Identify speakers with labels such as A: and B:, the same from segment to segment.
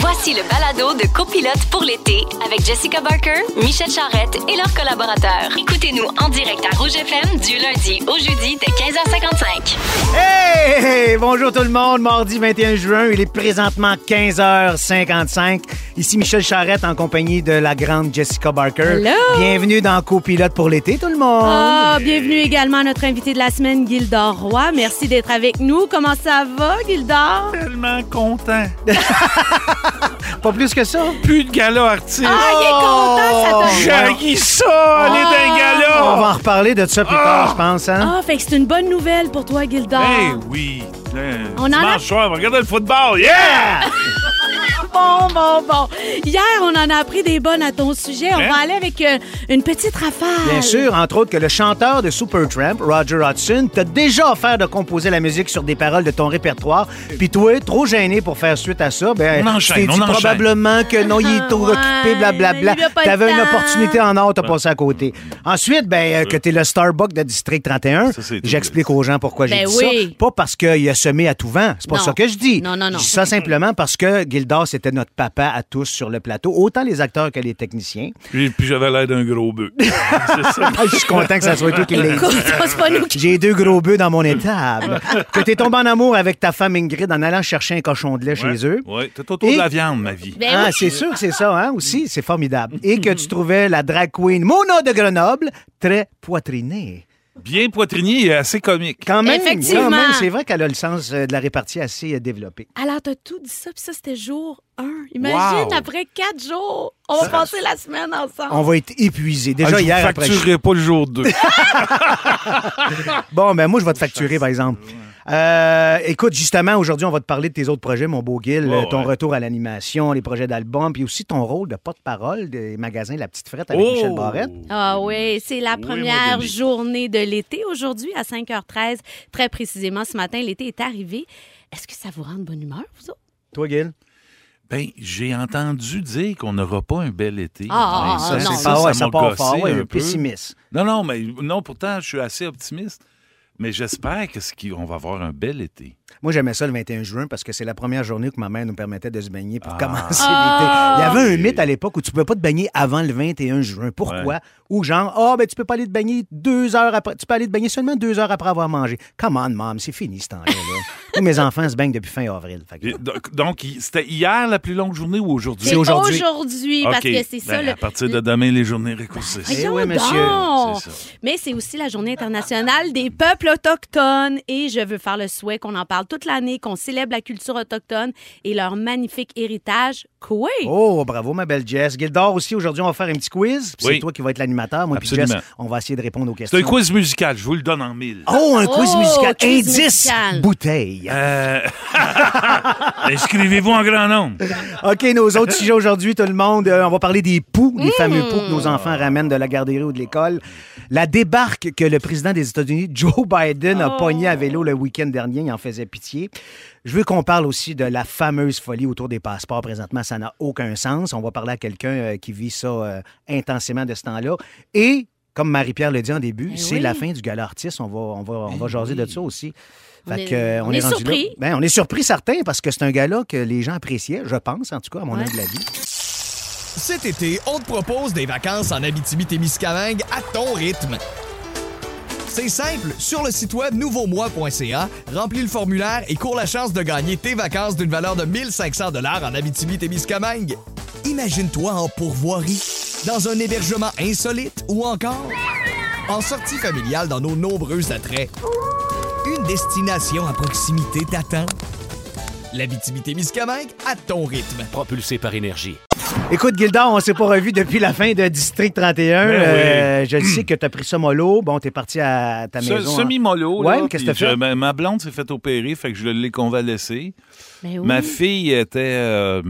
A: Voici le balado de Copilote pour l'été avec Jessica Barker, Michel Charrette et leurs collaborateurs. Écoutez-nous en direct à Rouge FM du lundi au jeudi dès 15h55.
B: Hey! Bonjour tout le monde, mardi 21 juin, il est présentement 15h55. Ici Michel Charrette en compagnie de la grande Jessica Barker.
C: Hello!
B: Bienvenue dans Copilote pour l'été tout le monde.
C: Ah, bienvenue également à notre invité de la semaine, Gildor Roy. Merci d'être avec nous. Comment ça va, Gildor?
D: tellement content.
B: Pas plus que ça.
D: Plus de gala artiste.
C: Ah, il est content, ça t'a...
D: J'ai ça, aller d'un
B: Ah, On va en
D: gala.
B: reparler de ça plus tard, je pense. Hein?
C: Ah, fait que c'est une bonne nouvelle pour toi, Gildor.
D: Ben oui. là,
C: On en a-
D: Dimanche soir, on va regarder le football. Yeah!
C: Bon, bon, bon. Hier, on en a appris des bonnes à ton sujet. On
D: Hein?
C: va aller avec euh, une petite rafale.
B: Bien sûr, entre autres que le chanteur de Supertramp, Roger Hodgson, t'a déjà offert de composer la musique sur des paroles de ton répertoire. Puis toi, trop gêné pour faire suite à ça, ben,
D: On
B: tu
D: enchaîne,
B: t'es dit
D: on enchaîne.
B: probablement que non, il est trop
C: Ah, Ouais,
B: occupé, blablabla.
C: il y a pas le
B: T'avais une
C: temps.
B: opportunité en or, t'as passé à côté. Ensuite, ben, euh, que t'es le Starbucks de District 31,
D: Ça, c'est tout.
B: j'explique aux gens pourquoi j'ai
C: Ben
B: dit
C: oui.
B: ça. Pas parce qu'il a semé à tout vent, c'est pas
C: Non.
B: ça que je dis.
C: Non, non,
B: Je
C: non.
B: dis ça simplement parce que Gildas c'était notre papa à tous sur le plateau, autant les acteurs que les techniciens.
D: Puis, puis j'avais l'air d'un gros bœuf.
B: Ah, je suis content que ça soit toi qui l'aies dit.
C: Écoute, c'est pas nous qui...
B: J'ai deux gros bœufs dans mon étable. que t'es tombé en amour avec ta femme Ingrid en allant chercher un cochon de lait chez eux.
D: Oui, t'es autour
B: Et-
D: de la viande, ma vie.
C: Ben
B: Ah,
C: oui.
B: c'est sûr que c'est ça, hein, aussi. C'est formidable. Et que tu trouvais la drag queen Mona de Grenoble très poitrinée.
D: Bien poitrinier et assez comique.
B: Quand même,
C: Effectivement.
B: quand même, c'est vrai qu'elle a le sens euh, de la répartie assez euh, développé.
C: Alors, t'as tout dit ça, puis ça, c'était jour 1. Imagine, après quatre jours, on va passer la semaine ensemble.
B: On va être épuisé. Déjà
D: Ah, je
B: hier
D: vous
B: après.
D: facturerai pas le jour 2.
B: Bon, ben moi, je vais te facturer, par exemple. Euh, écoute, justement, aujourd'hui, on va te parler de tes autres projets, mon beau Gil,
D: Ouais,
B: euh, ton
D: ouais.
B: retour à l'animation, les projets d'albums, puis aussi ton rôle de porte-parole des magasins La Petite Frette
D: Oh!
B: avec Michel Barrette.
C: Ah oui, c'est la
D: Mm-hmm. Oui,
C: première
D: mon Denis.
C: journée de l'été aujourd'hui à 5h13. Très précisément, ce matin, l'été est arrivé. Est-ce que ça vous rend de bonne humeur, vous autres?
B: Toi, Gil?
D: Ben, j'ai entendu dire qu'on n'aura pas un bel été.
C: Ah,
D: Ben,
C: ah, non.
B: c'est
C: ça,
B: pas, ouais, ça
D: m'a
B: part
D: gossé
B: fort, ouais,
D: un
B: le
D: peu.
B: pessimiste.
D: Non, non, mais non, pourtant, je suis assez optimiste. Mais j'espère que ce qui- on va avoir un bel été.
B: Moi, j'aimais ça le 21 juin parce que c'est la première journée que ma mère nous permettait de se baigner pour
D: Ah.
B: commencer
C: Ah.
B: l'été. Il y avait un
D: Oui.
B: mythe à l'époque où tu ne pouvais pas te baigner avant le 21 juin. Pourquoi?
D: Ouais.
B: Ou genre, ah, ben tu peux pas aller te baigner deux heures après. Tu peux aller te baigner seulement deux heures après avoir mangé. Come on, mom, c'est fini ce temps-là. là. Moi, mes enfants se baignent depuis fin avril. Fait que-
D: Et Donc, donc, hi- c'était hier la plus longue journée ou aujourd'hui?
B: C'est aujourd'hui.
C: aujourd'hui, parce
D: OK.
C: que c'est ça.
D: Ben,
C: le-
D: À partir de demain, les journées raccourcissent.
B: Eh
C: Voyons
B: oui, monsieur,
C: donc!
D: c'est ça.
C: Mais c'est aussi la journée internationale des peuples autochtones et je veux faire le souhait qu'on en parle toute l'année, qu'on célèbre la culture autochtone et leur magnifique héritage. Quoi?
B: Oh, bravo, ma belle Jess. Gildor aussi, aujourd'hui, on va faire un petit quiz. Puis
D: Oui.
B: C'est toi qui vas être l'animateur. Moi, puis Jess,
D: Absolument.
B: on va essayer de répondre aux questions.
D: C'est un quiz musical, je vous le donne en mille.
B: Oh, un quiz
C: Oh,
B: musical.
C: quiz
B: Indice,
C: musical.
B: bouteille.
D: Euh,
B: Ah.
D: Inscrivez-vous en grand nombre.
B: OK, nos autres sujets aujourd'hui, tout le monde. euh, on va parler des poux, des
C: Hmm.
B: fameux poux que nos enfants ramènent de la garderie ou de l'école. La débarque que le président des États-Unis, Joe Biden,
C: Oh.
B: a pognée à vélo le week-end dernier. Il en faisait pitié. Je veux qu'on parle aussi de la fameuse folie autour des passeports. Présentement, ça n'a aucun sens. On va parler à quelqu'un euh, qui vit ça euh, intensément de ce temps-là. Et, comme Marie-Pierre le dit en début,
C: Eh
B: c'est
C: oui. Eh
B: la fin du gala artiste. On va, on va, on va jaser de ça aussi.
C: On
B: Fait
C: est-
B: que, euh,
C: on est
B: rendu là.
C: surpris.
B: Ben, on est surpris, certains, parce que c'est un gars-là que les gens appréciaient, je pense, en tout cas, à mon
C: Ouais.
B: humble avis.
E: Cet été, on te propose des vacances en Abitibi-Témiscamingue à ton rythme. C'est simple, sur le site web nouveaumois.ca, remplis le formulaire et cours la chance de gagner tes vacances d'une valeur de 1500 dollars en Abitibi-Témiscamingue. Imagine-toi en pourvoirie, dans un hébergement insolite ou encore en sortie familiale dans nos nombreux attraits. Une destination à proximité t'attend. L'Abitibi-Témiscamingue à ton rythme.
F: Propulsé par énergie.
B: Écoute, Gilda, on s'est pas revu depuis la fin de District 31.
D: Ben oui.
B: Euh, je sais que tu as pris ça mollo. Bon, tu es parti à ta
D: Se-
B: maison. hein.
D: Semi-mollo.
B: Ouais,
D: là,
B: mais qu'est-ce que
D: puis
B: t'as fait?
D: je- ben, ma- Ma blonde s'est faite opérer, fait que je l'ai convalescée.
C: Mais oui.
D: Ma fille était. euh,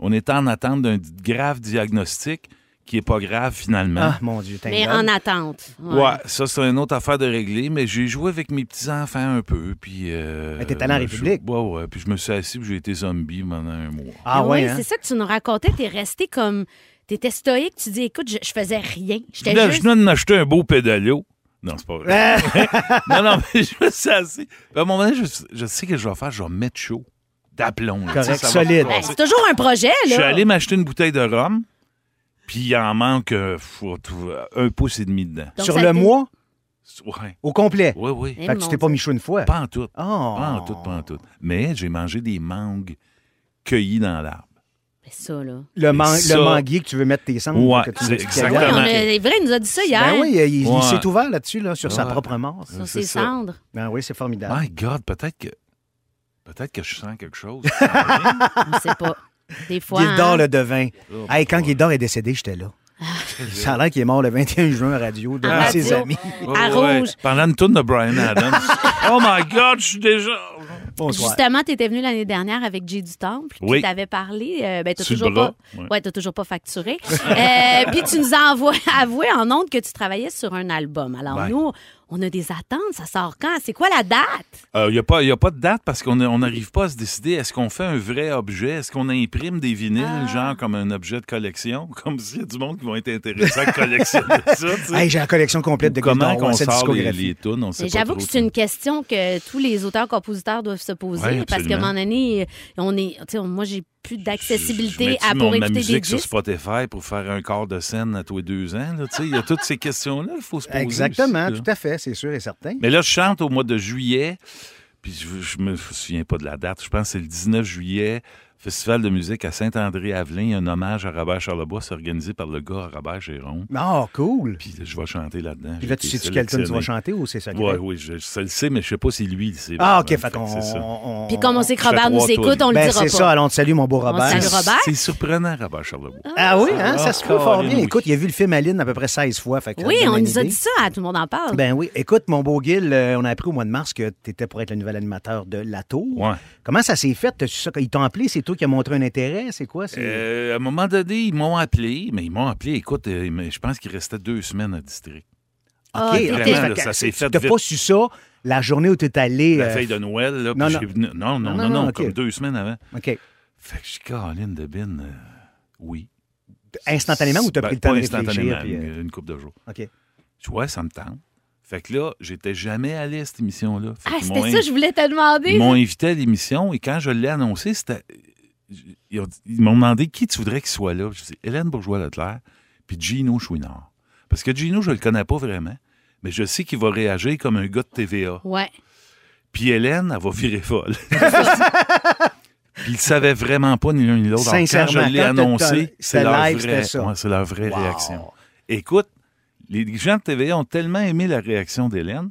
D: on était en attente d'un di- grave diagnostic qui est pas grave finalement.
B: Ah, mon Dieu, t'as
C: Mais en attente.
D: Ouais. ça c'est une autre affaire de régler, mais j'ai joué avec mes petits-enfants un peu, puis... Euh,
B: Mais t'es allé en
D: je-
B: République.
D: Ouais, ouais, puis je me suis assis, puis j'ai été zombie pendant un mois.
B: Ah
C: oui,
B: ouais, hein?
C: c'est ça que tu nous racontais. T'es resté comme. T'étais stoïque. Tu dis, écoute, je, je faisais rien.
D: Je
C: J'étais
D: venais
C: juste.
D: je venais de m'acheter un beau pédalo. Non, c'est pas vrai.
C: Ah!
D: non, non, mais je me suis assis. Puis À un moment donné, je, je sais que je vais faire, je vais me mettre chaud, d'aplomb. là, tu sais,
B: Correct,
D: ça va
B: solide.
D: passer.
C: Ben, c'est toujours un projet, là.
D: Je suis allé m'acheter une bouteille de rhum, puis il en manque euh, faut tout- un pouce et demi dedans.
C: Donc,
B: Sur
C: ça
B: le
C: a été-
B: mois,
D: Ouais,
B: au complet.
D: ouais, ouais.
C: Eh,
B: Fait que tu
C: mon
B: t'es pas mis chaud une fois.
D: Pas en tout.
B: Oh.
D: Pas en tout, pas en tout. Mais j'ai mangé des mangues cueillies dans l'arbre.
C: Dieu. Ça, là.
B: Le, man-
D: Ça-
B: le manguier que tu veux mettre tes cendres.
D: Ouais,
B: que tu
D: c'est
B: nous expliquais
C: Oui,
B: hier.
C: on
D: exactement.
C: a,
D: Vraiment.
C: les vrais nous a dit ça hier.
B: Ben oui, il, il
D: Ouais.
B: s'est ouvert là-dessus, là, sur sa
D: Ouais.
B: propre mort. ça.
C: Sur
D: c'est
C: ses
D: ça.
C: cendres.
B: Ben oui, c'est formidable.
D: My God, peut-être que. Peut-être que je sens quelque chose.
C: On ne sait pas. Des fois.
B: Gildor
C: hein.
B: le devin.
D: Oh,
B: hey, quand
D: boy.
B: Gildor est décédé, j'étais là. Ça a l'air qu'il est mort le 21 juin à radio devant
D: Ah,
C: À
B: ses
C: radio.
B: amis.
C: À rouge.
D: Pendant une tourne de Brian Adams. oh my God, je suis déjà.
B: Bonsoir.
C: Justement, tu étais venu l'année dernière avec Jay du Temple.
D: Oui.
C: Tu t'avais parlé. euh, ben, t'as
D: Sur le
C: toujours
D: bras,
C: pas.
D: ouais.
C: Ouais, t'as toujours pas facturé. Euh, puis tu nous as envoyé, avoué en honte que tu travaillais sur un album. Alors
D: Ouais.
C: nous, on a des attentes. Ça sort quand C'est quoi la date
D: Il n'y a, pas- Euh, y a pas de date parce qu'on on n'arrive pas à se décider. Est-ce qu'on fait un vrai objet? Est-ce qu'on imprime des vinyles,
C: Ah.
D: genre comme un objet de collection? Comme s'il y a du monde qui vont être intéressé à collectionner ça. tu sais.
B: Hey, j'ai la collection complète de
D: Comment
B: Gildor,
D: qu'on
B: ouais, cette
D: sort les,
B: discographie.
D: les tunes? On sait
C: Mais
D: pas
C: J'avoue
D: trop,
C: que c'est une question que tous les auteurs-compositeurs doivent se poser
D: Ouais,
C: parce qu'à un
D: absolument.
C: moment donné, on est, tu sais, moi j'ai plus
D: Je- je
C: d'accessibilité
D: mets-tu
C: à
D: mon-
C: pour
D: ma
C: écouter des
D: musique sur
C: disques.
D: Spotify pour faire un quart de scène à tous les deux ans. là, tu sais, Il y a toutes ces questions-là, il faut se poser.
B: Exactement,
D: aussi, là.
B: tout à fait, c'est sûr et certain.
D: Mais là, je chante au mois de juillet, puis je, je me souviens pas de la date. Je pense que c'est le 19 juillet, Festival de musique à Saint-André-Avelin, un hommage à Robert Charlebois, c'est organisé par le gars Robert Géron.
B: Oh, cool.
D: Puis je vais chanter là-dedans.
B: Puis là, tu sais-tu quel tune tu vas chanter ou c'est ça?
D: Oui, oui, je, je- ça le sais, mais je sais pas si lui, il sait.
B: Ah,
D: vraiment.
B: OK, fait qu'on...
D: que c'est ça.
B: on-
C: Puis comme on sait que
D: Je fais
C: Robert nous
D: trois
C: écoute,
D: tours.
C: on le
B: Ben,
C: dira
B: c'est
C: pas.
B: ça, allons te saluer, mon beau Robert.
C: salue Robert.
D: C'est surprenant, Robert Charlebois.
B: Ah oui, hein, ça se peut
D: Ah,
B: fort
D: Caroline,
B: bien.
D: oui.
B: Écoute, il a vu le film Aline à peu près 16 fois. fait que
C: Oui,
B: ça donne
C: on
B: une
C: nous a
B: idée.
C: dit ça, hein, tout le monde en parle.
B: Ben oui. Écoute, mon beau Gil, euh, on a appris au mois de mars que tu étais pour être le nouvel animateur de La Tour.
D: Ouais.
B: Comment ça s'est fait? T'as-tu ça? Ils t'ont appelé, c'est toi qui as montré un intérêt? C'est quoi? c'est-
D: Euh, à un moment donné, ils m'ont appelé, mais ils m'ont appelé, écoute, euh, mais je pense qu'il restait deux semaines à District.
C: Ah,
B: OK,
C: t'étais-
B: OK,
D: Vraiment,
B: fait
D: là,
B: que
D: ça s'est
B: tu
D: fait
B: T'as
D: vite.
B: pas su ça la journée où tu es allé.
D: La
B: euh,
D: feuille de Noël, là,
B: non,
D: puis
B: non.
D: j'ai venu- non, non, non, non,
B: OK.
D: comme deux semaines avant.
B: OK.
D: Fait que je suis Caroline de Bin, euh, oui.
B: Instantanément ou t'as
D: Ben,
B: pris le temps
D: pas
B: de réfléchir?
D: instantanément,
B: puis, euh,
D: une, une couple de jours.
B: OK.
D: Tu vois, ça me tente. Fait que là, j'étais jamais allé à cette émission-là. Fait
C: Ah,
D: qu'ils m'ont
C: c'était ça,
D: in-
C: je voulais te demander.
D: Ils m'ont invité à l'émission et quand je l'ai annoncé, c'était. Ils ont dit- ils m'ont demandé qui tu voudrais qu'il soit là. Je dis Hélène Bourgeois-Leclerc puis Gino Chouinard. Parce que Gino, je le connais pas vraiment, mais je sais qu'il va réagir comme un gars de TVA.
C: Ouais.
D: Puis Hélène, elle va virer folle. Puis ils savaient vraiment pas ni l'un ni l'autre. Alors, Quand je
B: Sincèrement,
D: l'ai
B: quand t'as-
D: annoncé,
B: t'as-
D: c'est
B: c'était
D: leur,
B: live,
D: vrai-
B: c'était ça.
D: ouais, c'est leur vraie
B: Wow.
D: réaction. Écoute, les gens de TVA ont tellement aimé la réaction d'Hélène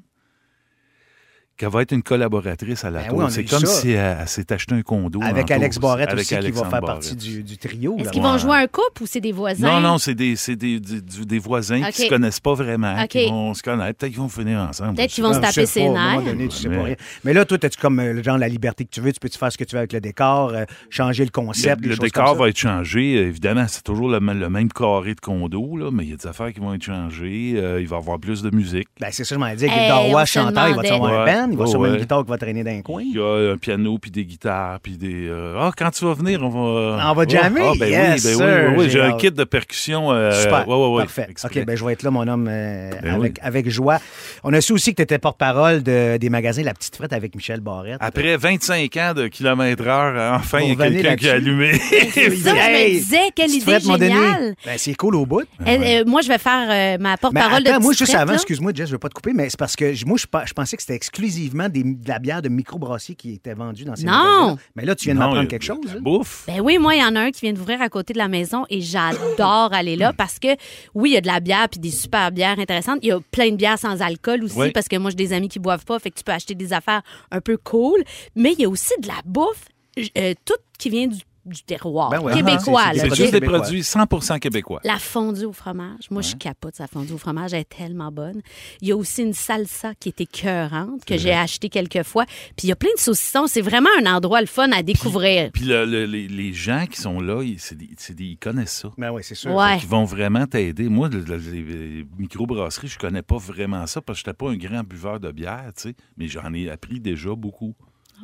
D: qu'elle va être une collaboratrice à la
B: Ben
D: tour.
B: oui, on a
D: c'est
B: vu
D: comme
B: ça.
D: si elle, elle s'est acheté un condo.
B: Avec
D: en
B: Alex
D: tour,
B: Barrette
D: avec
B: aussi, qui va
D: Alexandre
B: faire
D: Barrette.
B: partie du, du trio.
C: Est-ce
B: là.
C: qu'ils
D: Ouais.
C: vont jouer un couple ou c'est des voisins?
D: Non, non, c'est des, c'est des, du- du- des voisins
C: OK.
D: qui se connaissent pas vraiment,
C: OK.
D: qui vont se connaître. Peut-être qu'ils vont finir ensemble.
C: Peut-être qu'ils vont se
B: Non, je sais
C: taper ses
B: pas, À un
C: nerfs.
B: moment donné, tu sais
D: Mais-
B: pas rien. Mais là, toi, t'as-tu comme euh, le genre la liberté que tu veux? Tu peux-tu faire ce que tu veux avec le décor, euh, changer le concept?
D: Le,
B: des
D: le
B: choses
D: décor
B: comme ça?
D: va être changé. Euh, Évidemment, c'est toujours le, m- le même carré de condo, là, mais il y a des affaires qui vont être changées. Euh, il va y avoir plus de musique.
B: Ben, c'est ça, je m'en disais.
C: Hey,
B: Gildor
C: on
B: Roy,
C: se
B: chanteur, il va-tu avoir un
D: demandait.
B: band? Il va
D: Ouais,
B: sûrement une
D: ouais.
B: guitare qui va traîner dans un coin?
D: Il y a un piano, puis des guitares, puis des... euh, Ah, quand tu vas venir, on va...
B: On va
D: Ah,
B: jammer?
D: Ah, ben
B: Yes,
D: oui, ben oui,
B: sir,
D: oui, oui,
B: j'ai
D: J'ai un
B: hâte.
D: kit de percussion. euh,
B: Super.
D: ouais, ouais, ouais,
B: Parfait.
D: exprès.
B: OK, ben, je vais être là, mon homme, euh,
D: Ben
B: avec,
D: oui.
B: avec joie. On a su aussi que tu étais porte-parole de- des magasins La Petite Frette avec Michel Barrette.
D: Après 25 ans de kilomètre heure, hein, enfin, il y a
B: Vous revenez
D: quelqu'un qui a allumé.
C: Ça, je me disais, quelle
B: Petite
C: idée
B: Frette m'a donné-
C: géniale.
B: Ben, c'est cool au bout.
C: Elle- euh, moi, je vais faire euh, ma
B: Mais
C: porte-parole de
B: Ben, attends, moi,
C: petite
B: juste
C: frette,
B: avant,
C: là.
B: excuse-moi, Jess, je veux pas te couper, mais c'est parce que je- moi, je, pe- je pensais que c'était exclusivement des- de la bière de microbrassier qui était vendue dans ces
C: Non.
B: magasins. Mais là, tu viens de
D: Non, il y a
B: m'apprendre
D: de
B: quelque chose. hein.
D: la
B: là.
D: Bouffe.
C: Ben oui, moi, il y en a un qui vient d'ouvrir à côté de la maison et j'adore aller là parce que, oui, il y a de la bière puis des super bières intéressantes. Il y a plein de bières sans alcool aussi
D: Oui.
C: parce que moi, j'ai des amis qui boivent pas, fait que tu peux acheter des affaires un peu cool. Mais il y a aussi de la bouffe, j- euh, toute qui vient du du terroir
B: Ben ouais.
C: québécois.
B: Ah,
C: là,
D: C'est
C: tu
D: juste
C: sais.
D: des produits 100 québécois.
C: La fondue au fromage. Moi, je capote sa fondue au fromage. Elle est tellement bonne. Il y a aussi une salsa qui est écœurante, que j'ai achetée quelques fois. Puis il y a plein de saucissons. C'est vraiment un endroit le fun à découvrir.
D: Puis le- le- les, les gens qui sont là, ils, c'est des- c'est des- ils connaissent ça.
B: Ben oui, c'est sûr.
C: Ouais.
D: Ils vont vraiment t'aider. Moi, le- le- les, les microbrasseries, je connais pas vraiment ça parce que j'étais pas un grand buveur de bière, tu sais, mais j'en ai appris déjà beaucoup.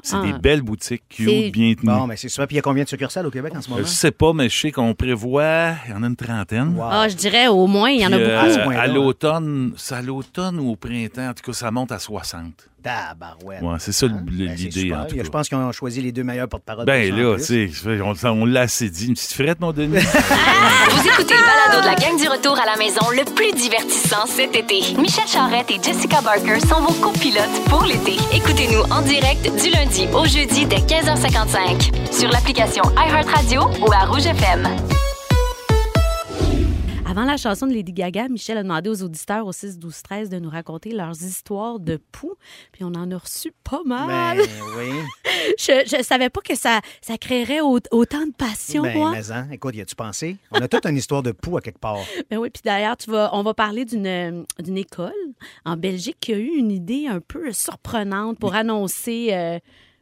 D: C'est
C: Ah.
D: des belles boutiques
C: C'est-
D: cute, bien tenues.
B: Bon, mais c'est ça. Puis il y a combien de succursales au Québec en ce moment?
D: Je sais pas, mais je sais qu'on prévoit, il y en a une trentaine.
B: Wow.
C: Ah, je dirais au moins, il y en a
D: Puis, euh,
C: beaucoup.
B: beaucoup.
D: à l'automne, c'est à l'automne ou au printemps, en tout cas, ça monte à 60.
B: Tabarouette.
D: Ouais, c'est ça
B: Hein? Ben, c'est
D: l'idée,
B: super.
D: en tout cas.
B: Je pense qu'ils ont choisi les deux meilleurs porte-parole.
D: Ben
B: pour ça, en
D: là,
B: plus.
D: tu sais, on, on l'a assez dit. Une petite frette, mon Denis.
A: Vous écoutez le balado de la gang du retour à la maison le plus divertissant cet été. Michel Charrette et Jessica Barker sont vos copilotes pour l'été. Écoutez-nous en direct du lundi au jeudi dès 15h55 sur l'application iHeartRadio ou à Rouge FM.
C: Avant la chanson de Lady Gaga, Michel a demandé aux auditeurs au 6, 12, 13 de nous raconter leurs histoires de poux. Puis on en a reçu pas mal.
B: Ben oui.
C: Je, je savais pas que ça, ça créerait au- autant de passion,
B: Ben,
C: moi.
B: mais en, écoute, y a-tu pensé? On a toute une histoire de poux à quelque part.
C: Ben oui, puis d'ailleurs, tu vas, on va parler d'une euh, d'une école en Belgique qui a eu une idée un peu surprenante pour annoncer. euh,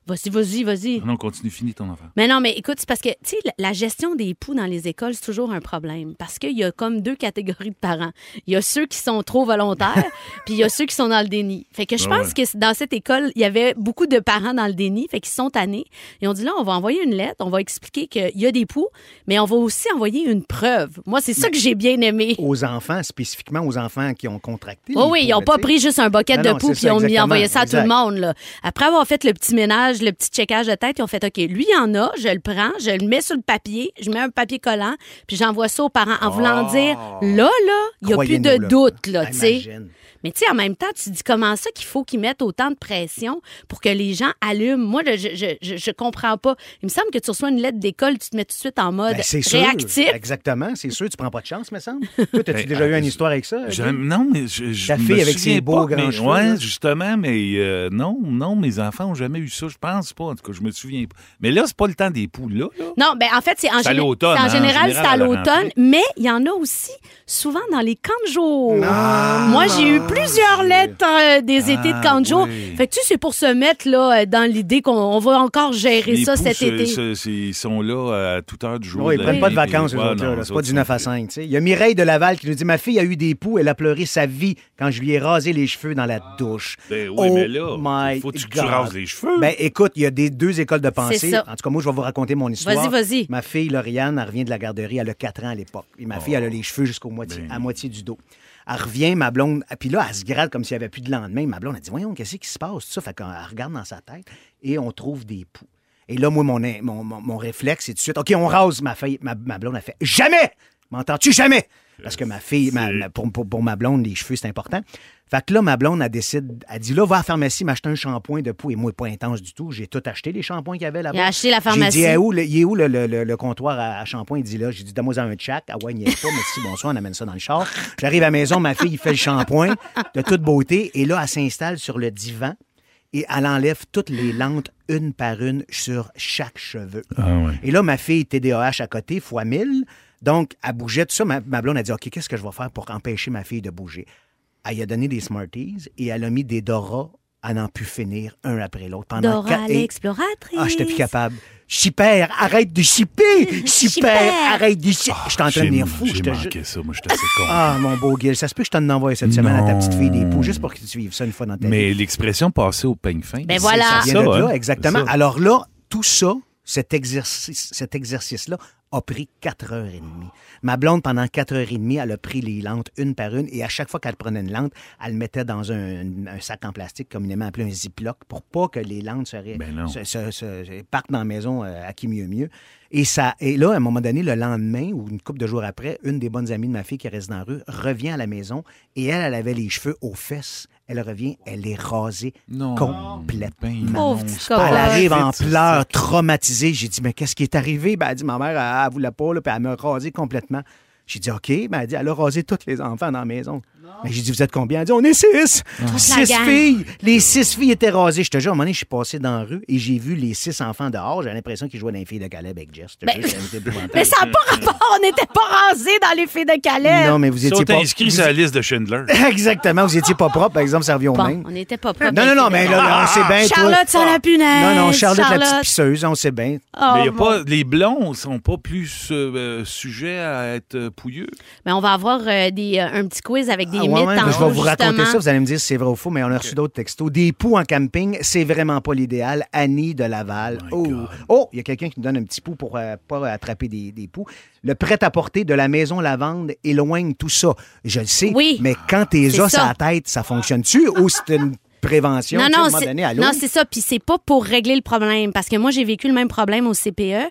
C: vas-y, vas-y, vas-y.
D: non, continue, finis ton affaire.
C: Mais non, mais écoute, c'est parce que, tu sais, la- la gestion des poux dans les écoles, c'est toujours un problème. Parce qu'il y a comme deux catégories de parents. Il y a ceux qui sont trop volontaires, puis il y a ceux qui sont dans le déni. Fait que je
D: Ah
C: pense que c'est- dans cette école, il y avait beaucoup de parents dans le déni, fait qu'ils sont tannés. Ils ont dit là, on va envoyer une lettre, on va expliquer qu'il y a des poux, mais on va aussi envoyer une preuve. Moi, c'est ça que j'ai bien aimé.
B: Aux enfants, spécifiquement aux enfants qui ont contracté.
C: Oh
B: les
C: oui,
B: poux,
C: ils n'ont
B: là,
C: pas
B: tu sais.
C: pris juste un bucket
B: Non,
C: de
B: non, c'est
C: poux puis ils
B: ça,
C: ont mis
B: exactement,
C: envoyé ça à tout le
B: exact.
C: monde. Là. Après avoir fait le petit ménage, le petit checkage de tête, ils ont fait OK, lui, il y en a, je le prends, je le mets sur le papier, je mets un papier collant, puis j'envoie ça aux parents en voulant dire là, là, il n'y a plus de
B: Oh. Croyez-nous, là.
C: doute, là, tu sais.
B: Imagine.
C: Mais tu sais, en même temps, tu te dis comment ça qu'il faut qu'ils mettent autant de pression pour que les gens allument. Moi, là, je, je, je, je comprends pas. Il me semble que tu reçois une lettre d'école, tu te mets tout Euh, de suite en mode
B: Ben, c'est sûr.
C: réactif.
B: Exactement, c'est sûr. Tu prends pas de chance, me semble. Toi, as-tu
D: Ben,
B: déjà eu
D: euh,
B: une histoire avec ça?
D: J'aime- Non, mais je, je
B: Ta
D: me
B: fille avec
D: souviens
B: ses beaux
D: pas,
B: grands
D: mais-
B: cheveux,
D: ouais,
B: là.
D: justement, mais euh, non, non, mes enfants ont jamais eu ça. Je pense pas, en tout cas, je me souviens pas. Mais là, c'est pas le temps des poules, là. là.
C: Non, ben en fait, c'est en,
D: C'est à
C: géné-
D: l'automne,
C: c'est en
D: hein, en
C: général,
D: général,
C: c'est à
D: à la
C: l'automne,
D: rentrée.
C: mais il y en a aussi souvent dans les camps de jour.
B: Ah.
C: Moi, j'ai eu plusieurs lettres euh, des
D: Ah,
C: étés de camps de jour.
D: oui.
C: Fait que tu sais, c'est pour se mettre là euh, dans l'idée qu'on on va encore gérer
D: Les
C: ça
D: poux,
C: cet
D: ce-
C: été.
D: ce- c'est- ils sont là à toute heure du jour.
B: Oui, ils
D: de
B: prennent pas de
D: l'année,
B: vacances,
D: puis-
B: eux
D: ouais,
B: autres.
D: non,
B: là.
D: eux
B: C'est pas
D: autres
B: du 9 à
D: sont-
B: 5. tu sais. Il y a Mireille de Laval qui nous dit Ma fille a eu des poux, elle a pleuré sa vie quand je lui ai rasé les cheveux dans la douche.
D: Ben oui,
B: Oh
D: mais là,
B: my
D: faut que tu
B: God.
D: rases les cheveux.
B: Ben écoute, il y a des deux écoles de pensée.
C: ça.
B: En tout cas, moi, je vais vous raconter mon histoire.
C: Vas-y, vas-y.
B: Ma fille, Lauriane, elle revient de la garderie, elle a 4 ans à l'époque. Et ma fille, elle a les cheveux jusqu'au moitié, à moitié du dos. Elle revient, ma blonde, puis là, elle se gratte comme s'il n'y avait plus de lendemain. Ma blonde, elle dit Voyons, qu'est-ce qui se passe ça? Fait qu'elle regarde dans sa tête et on trouve des poux. Et là, moi, mon, mon, mon- mon réflexe, c'est tout de suite OK, on rase ma fille. Ma, ma blonde, a fait Jamais M'entends-tu jamais Parce que ma fille, ma- ma- pour, pour- pour ma blonde, les cheveux, c'est important. Fait que là, ma blonde, elle décide, elle dit là, va à la pharmacie m'acheter un shampoing de poux. Et moi, pas intense du tout. J'ai tout acheté, les shampoings qu'il y avait là-bas.
C: Il a acheté la pharmacie.
B: J'ai dit, Eh, où, le- il est où le, le- le- le comptoir à, à shampoing? Il dit là, j'ai dit, donne-moi un tchac. Ah ouais, il n'y est pas. Merci, bonsoir, on amène ça dans le char. J'arrive à la maison, ma fille, il fait le shampoing de toute beauté. Et là, elle s'installe sur le divan et elle enlève toutes les lentes une par une sur chaque cheveu.
D: Ah ouais.
B: Et là, ma fille TDAH à côté, fois 1000. Donc, elle bougeait tout ça. Ma, ma blonde a dit OK, qu'est-ce que je vais faire pour empêcher ma fille de bouger Elle lui a donné des Smarties et elle a mis des Dora à n'en plus finir, un après l'autre. Pendant
C: Dora
B: quatre et-
C: l'exploratrice.
B: Ah, j'étais plus capable. Chipper, arrête de chipper
C: Chipper.
B: Chipper, arrête de chipper Je suis en train de
D: Ah, J'ai-
B: devenir fou. je
D: J'ai
B: te jure.
D: manqué ça, moi, j'étais assez con.
B: Ah, mon beau Gil, ça se peut que je t'en envoie cette semaine à ta
D: Non.
B: petite fille des poux, juste pour que tu vives ça une fois dans ta vie.
D: Mais l'expression passer au peigne fin.
C: Ben voilà.
B: Ça vient de
D: hein?
B: là, exactement.
D: C'est ça.
B: Alors là, tout ça, cet exercice, cet exercice-là a pris 4 heures et demie. Ma blonde, pendant 4 heures et demie, elle a pris les lentes une par une et à chaque fois qu'elle prenait une lente, elle le mettait dans un, un sac en plastique, communément appelé un ziploc, pour pas que les lentes se, ré-
D: Ben non.
B: se- se- se- partent dans la maison euh, à qui mieux mieux. Et, ça, et là, à un moment donné, le lendemain ou une couple de jours après, une des bonnes amies de ma fille qui reste dans la rue revient à la maison et elle, elle avait les cheveux aux fesses. Elle revient, elle est rasée
D: Non.
B: complètement.
D: Ben
C: Pauvre petit
B: Ah, Elle
C: Ouais.
B: arrive en
D: C'est-
B: pleurs, traumatisée. J'ai dit, mais qu'est-ce qui est arrivé? Ben, elle dit, ma mère, elle, elle voulait pas, là, puis elle m'a rasé complètement. J'ai dit, OK. Mais elle dit, elle a rasé tous les enfants dans la maison. Mais j'ai dit, vous êtes combien? Elle dit, on est six.
C: la
B: Six
C: gang.
B: filles. Les six filles étaient rasées. Je te jure, à un moment donné, je suis passé dans la rue et j'ai vu les six enfants dehors. J'ai l'impression qu'ils jouaient dans les filles de Caleb avec Jess. Je te
C: Ben-
B: jure, c'était épouvantable.
C: Mais ça n'a pas rapport, on n'était pas rasés dans les filles de Calais.
B: Non, mais vous
D: Ça,
B: étiez
D: t'es
B: pas.
D: inscrit sur la liste de Schindler.
B: Exactement, vous étiez pas propre, par exemple, ça revient au
C: Bon,
B: même.
C: on n'était pas propres.
B: Non, non, non, mais là, là, on sait bien. toi- Ah.
C: Charlotte, ça la punaise.
B: Non, non, Charlotte, la petite
C: Euh, Charlotte.
B: pisseuse, on sait bien.
C: Oh,
D: Mais y a
C: mon-
D: pas, les blonds sont pas plus euh, sujets à être euh, pouilleux.
C: Mais on va avoir euh, des, euh, un petit quiz avec des
B: Ah, ouais,
C: mythes
B: ouais,
C: en
B: mais je vais
C: haut,
B: vous raconter
C: justement.
B: ça, vous allez me dire si c'est vrai ou faux, mais on a reçu d'autres textos. Des poux en camping, c'est vraiment pas l'idéal. Annie de Laval. Oh, Oh, il y a quelqu'un qui nous donne un petit pou pour euh, pas attraper des, des poux. Le prêt-à-porter de la maison Lavande éloigne tout ça. Je le sais,
C: Oui.
B: mais quand t'es
C: C'est
B: os
C: ça.
B: à la tête, ça fonctionne-tu ou c'est une prévention tu sais, à un moment
C: c'est-
B: donné à
C: non,
B: l'autre?
C: c'est ça. Puis c'est pas pour régler le problème. Parce que moi, j'ai vécu le même problème au CPE.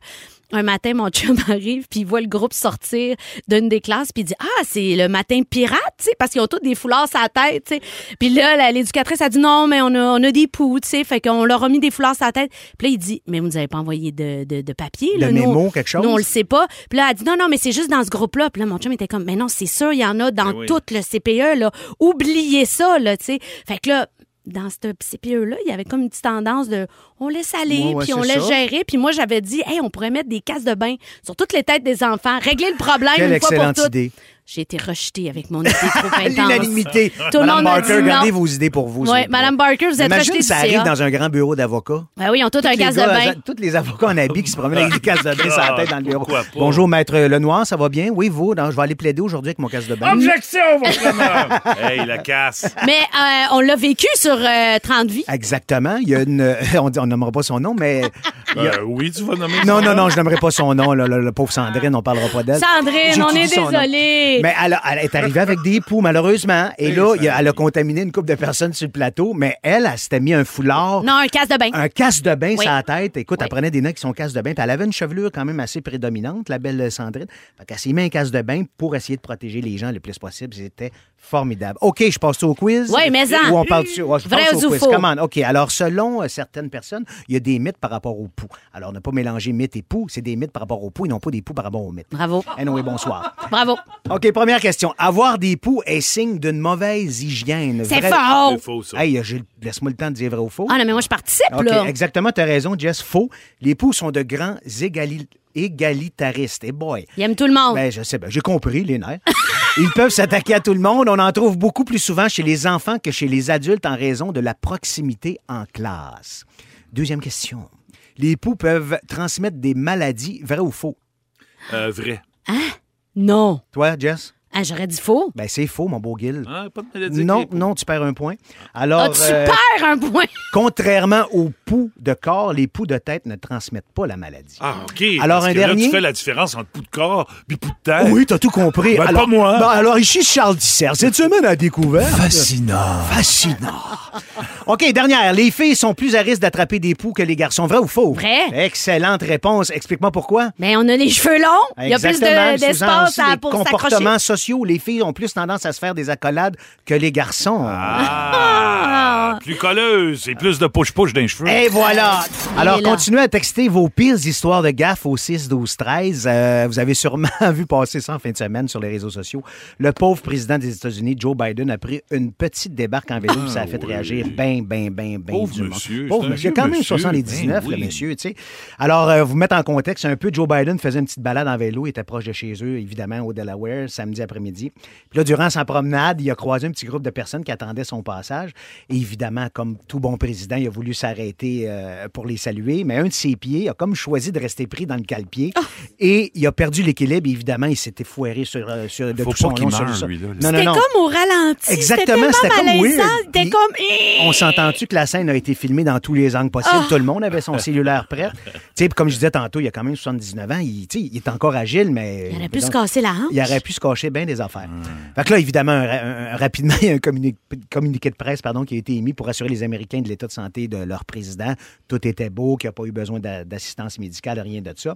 C: Un matin, mon chum arrive, puis il voit le groupe sortir d'une des classes, puis il dit Ah, c'est le matin pirate, tu sais, parce qu'ils ont tous des foulards sur la tête, tu sais. Puis là, la- l'éducatrice a dit Non, mais on a, on a des poux, tu sais, fait qu'on leur a mis des foulards sur la tête. Puis là, il dit Mais vous nous avez pas envoyé de, de, de papier,
B: De
C: là, nous,
B: mémo,
C: on-
B: quelque chose?
C: nous, on le sait pas. Puis là, elle dit non, non, mais c'est juste dans ce groupe-là. Puis là, mon chum était comme, mais non, c'est sûr, il y en a
B: Ben
C: dans
D: oui.
C: tout le CPE, là. Oubliez ça, là, tu sais. Fait que là, dans ce CPE-là, il y avait comme une petite tendance de on laisse aller,
B: Ouais, ouais,
C: puis on
B: c'est
C: laisse
B: ça.
C: gérer. Puis moi, j'avais dit, hey, on pourrait mettre des cases de bain sur toutes les têtes des enfants, régler le problème
B: Quelle
C: une fois pour
B: excellente
C: toutes.
B: idée.
C: J'ai été rejetée avec mon idée trop
B: À
C: intense.
B: l'unanimité.
C: le
B: Madame
C: monde a
B: Barker,
C: dit non.
B: gardez vos idées pour vous. s'il
C: Ouais,
B: vous plaît.
C: Madame Barker, vous êtes
B: Imagine
C: rejetée
B: ça
C: du CA.
B: arrive dans un grand bureau d'avocat.
C: Ben oui, ils ont tout un
B: les
C: casse de
B: gars,
C: bain.
B: tous les avocats en habit qui se promènent avec des casse de bain sur la tête dans le bureau.
D: Ah. Pourquoi pas?
B: Bonjour, maître Lenoir, ça va bien? Oui, vous? Non, je vais aller plaider aujourd'hui avec mon casse de bain.
D: Objection, votre honneur! hey, la casse!
C: Mais euh, on l'a vécu sur euh, 30 vies.
D: Ah!
B: Exactement. Il y a une. euh, On dit- on nommera pas son nom, mais. il y a-
D: Euh, oui, tu vas nommer
B: Non,
D: ça.
B: non, non, je nommerai pas son nom. là, le, le pauvre Sandrine, on parlera pas d'elle.
C: Sandrine, on
B: J'étudie
C: est
B: son nom.
C: désolé.
B: Mais elle, a- elle est arrivée avec des poux, malheureusement. Et là, il y a- elle a contaminé une couple de personnes sur le plateau, mais elle, elle s'était mis un foulard.
C: Non, un casse de bain.
B: un casse de bain
C: Oui.
B: sur la tête. Écoute,
C: Oui.
B: elle prenait des nains qui sont casse de bain. Puis Elle avait une chevelure quand même assez prédominante, la belle Sandrine. Fait qu'elle s'est mis un casse de bain pour essayer de protéger les gens le plus possible. C'était formidable. OK, je passe au quiz.
C: Oui, mais en.
B: Où on parle sur... ouais, je
C: Vrai
B: passe au
C: ou
B: quiz.
C: faux?
B: Come on. OK, alors selon euh, certaines personnes, il y a des mythes par rapport aux poux. Alors, ne pas mélanger mythes et poux. C'est des mythes par rapport aux poux et non pas des poux par rapport aux mythes.
C: Bravo.
B: Anyway, bonsoir.
C: Bravo.
B: OK, première question. Avoir des poux est signe d'une mauvaise hygiène.
C: C'est
B: Vrai-
C: faux.
D: C'est faux, ça.
B: Hey, Gilles, laisse-moi le temps de dire vrai ou faux.
C: Ah non, mais moi, je participe,
B: OK,
C: là.
B: exactement, tu as raison, Jess. Faux. Les poux sont de grands égali- égalitaristes. Et boy.
C: Il aime tout le monde.
B: Ben, je sais, ben, j'ai compris, les nerfs. Ils peuvent s'attaquer à tout le monde. On en trouve beaucoup plus souvent chez les enfants que chez les adultes en raison de la proximité en classe. Deuxième question. Les poux peuvent transmettre des maladies, vrai ou faux?
D: Euh, vrai.
C: Non.
B: Toi, Jess?
C: Ah, j'aurais dit faux.
B: Ben, c'est faux, mon beau Gil.
D: Hein, pas de maladie.
B: Non, non, tu perds un point. Alors,
C: Ah, tu
B: euh,
C: perds un point.
B: contrairement aux poux de corps, les poux de tête ne transmettent pas la maladie.
D: Ah, OK.
B: Alors,
D: Parce
B: un
D: que Là,
B: dernier?
D: tu fais la différence entre poux de corps et poux de terre.
B: Oui, t'as tout compris.
D: Euh, Ben, pas moi.
B: Ben, alors, ici, Charles Dissert. Cette semaine à découvert.
D: Fascinant.
B: Fascinant. OK, dernière. Les filles sont plus à risque d'attraper des poux que les garçons. Vrai ou faux?
C: Vrai.
B: Excellente réponse. Explique-moi pourquoi.
C: Mais Ben, on a les cheveux longs. Il y a plus
B: Exactement. Je
C: de-
B: vous en
C: d'espace
B: suis
C: à-
B: des
C: pour s'accrocher.
B: comportements sociaux. Les filles ont plus tendance à se faire des accolades que les garçons.
D: Ah! plus colleuse et plus de push-push dans les cheveux.
B: Et voilà! Alors,
C: est là.
B: continuez à texter vos pires histoires de gaffe au 6, 12, 13. Euh, vous avez sûrement vu passer ça en fin de semaine sur les réseaux sociaux. Le pauvre président des États-Unis, Joe Biden, a pris une petite débarque en vélo, puis ça a fait
D: oui.
B: réagir ben, ben, ben, ben
D: Ah Pauvre
B: du monde.
D: monsieur,
B: Pauvre
D: c'est un
B: monsieur,
D: vieux
B: quand même
D: monsieur,
B: 79,
D: ben
B: le
D: oui.
B: monsieur, tu sais. Alors, euh, vous mettre en contexte un peu, Joe Biden faisait une petite balade en vélo, il était proche de chez eux, évidemment, au Delaware, samedi après-midi. Puis là, durant sa promenade, il a croisé un petit groupe de personnes qui attendaient son passage. Et évidemment, comme tout bon président, il a voulu s'arrêter euh, pour les saluer, mais un de ses pieds a comme choisi de rester pris dans le calepied.
C: Ah!
B: Et il a perdu l'équilibre, et évidemment, il s'était foiré sur, euh, sur, de tout
D: Faut pas
B: son
D: qu'il
B: long sur
D: meure,
B: ça.
D: lui, là,
B: Non,
D: là.
B: non,
C: C'était
B: non.
C: comme au ralenti.
B: Exactement,
C: C'était
B: c'était
C: tellement
B: comme
C: malaisant.
B: weird.
C: C'était
B: Puis-
C: comme...
B: On s'entend-tu que la scène a été filmée dans tous les angles
C: Ah!
B: possibles? Tout le monde avait son cellulaire prêt. Tu sais, puis comme je disais tantôt, il a quand même 79 ans. Il, tu sais, il est encore agile, mais.
C: Il aurait pu
B: Donc,
C: se casser la hanche.
B: il aurait pu se cacher bien des affaires. Fait que là, évidemment, un ra- un- un- rapidement, il y a un communi- communiqué de presse pardon, qui a été émis pour assurer les Américains de l'état de santé de leur président. Tout était beau, qu'il n'y a pas eu besoin d'a- d'assistance médicale, rien de ça.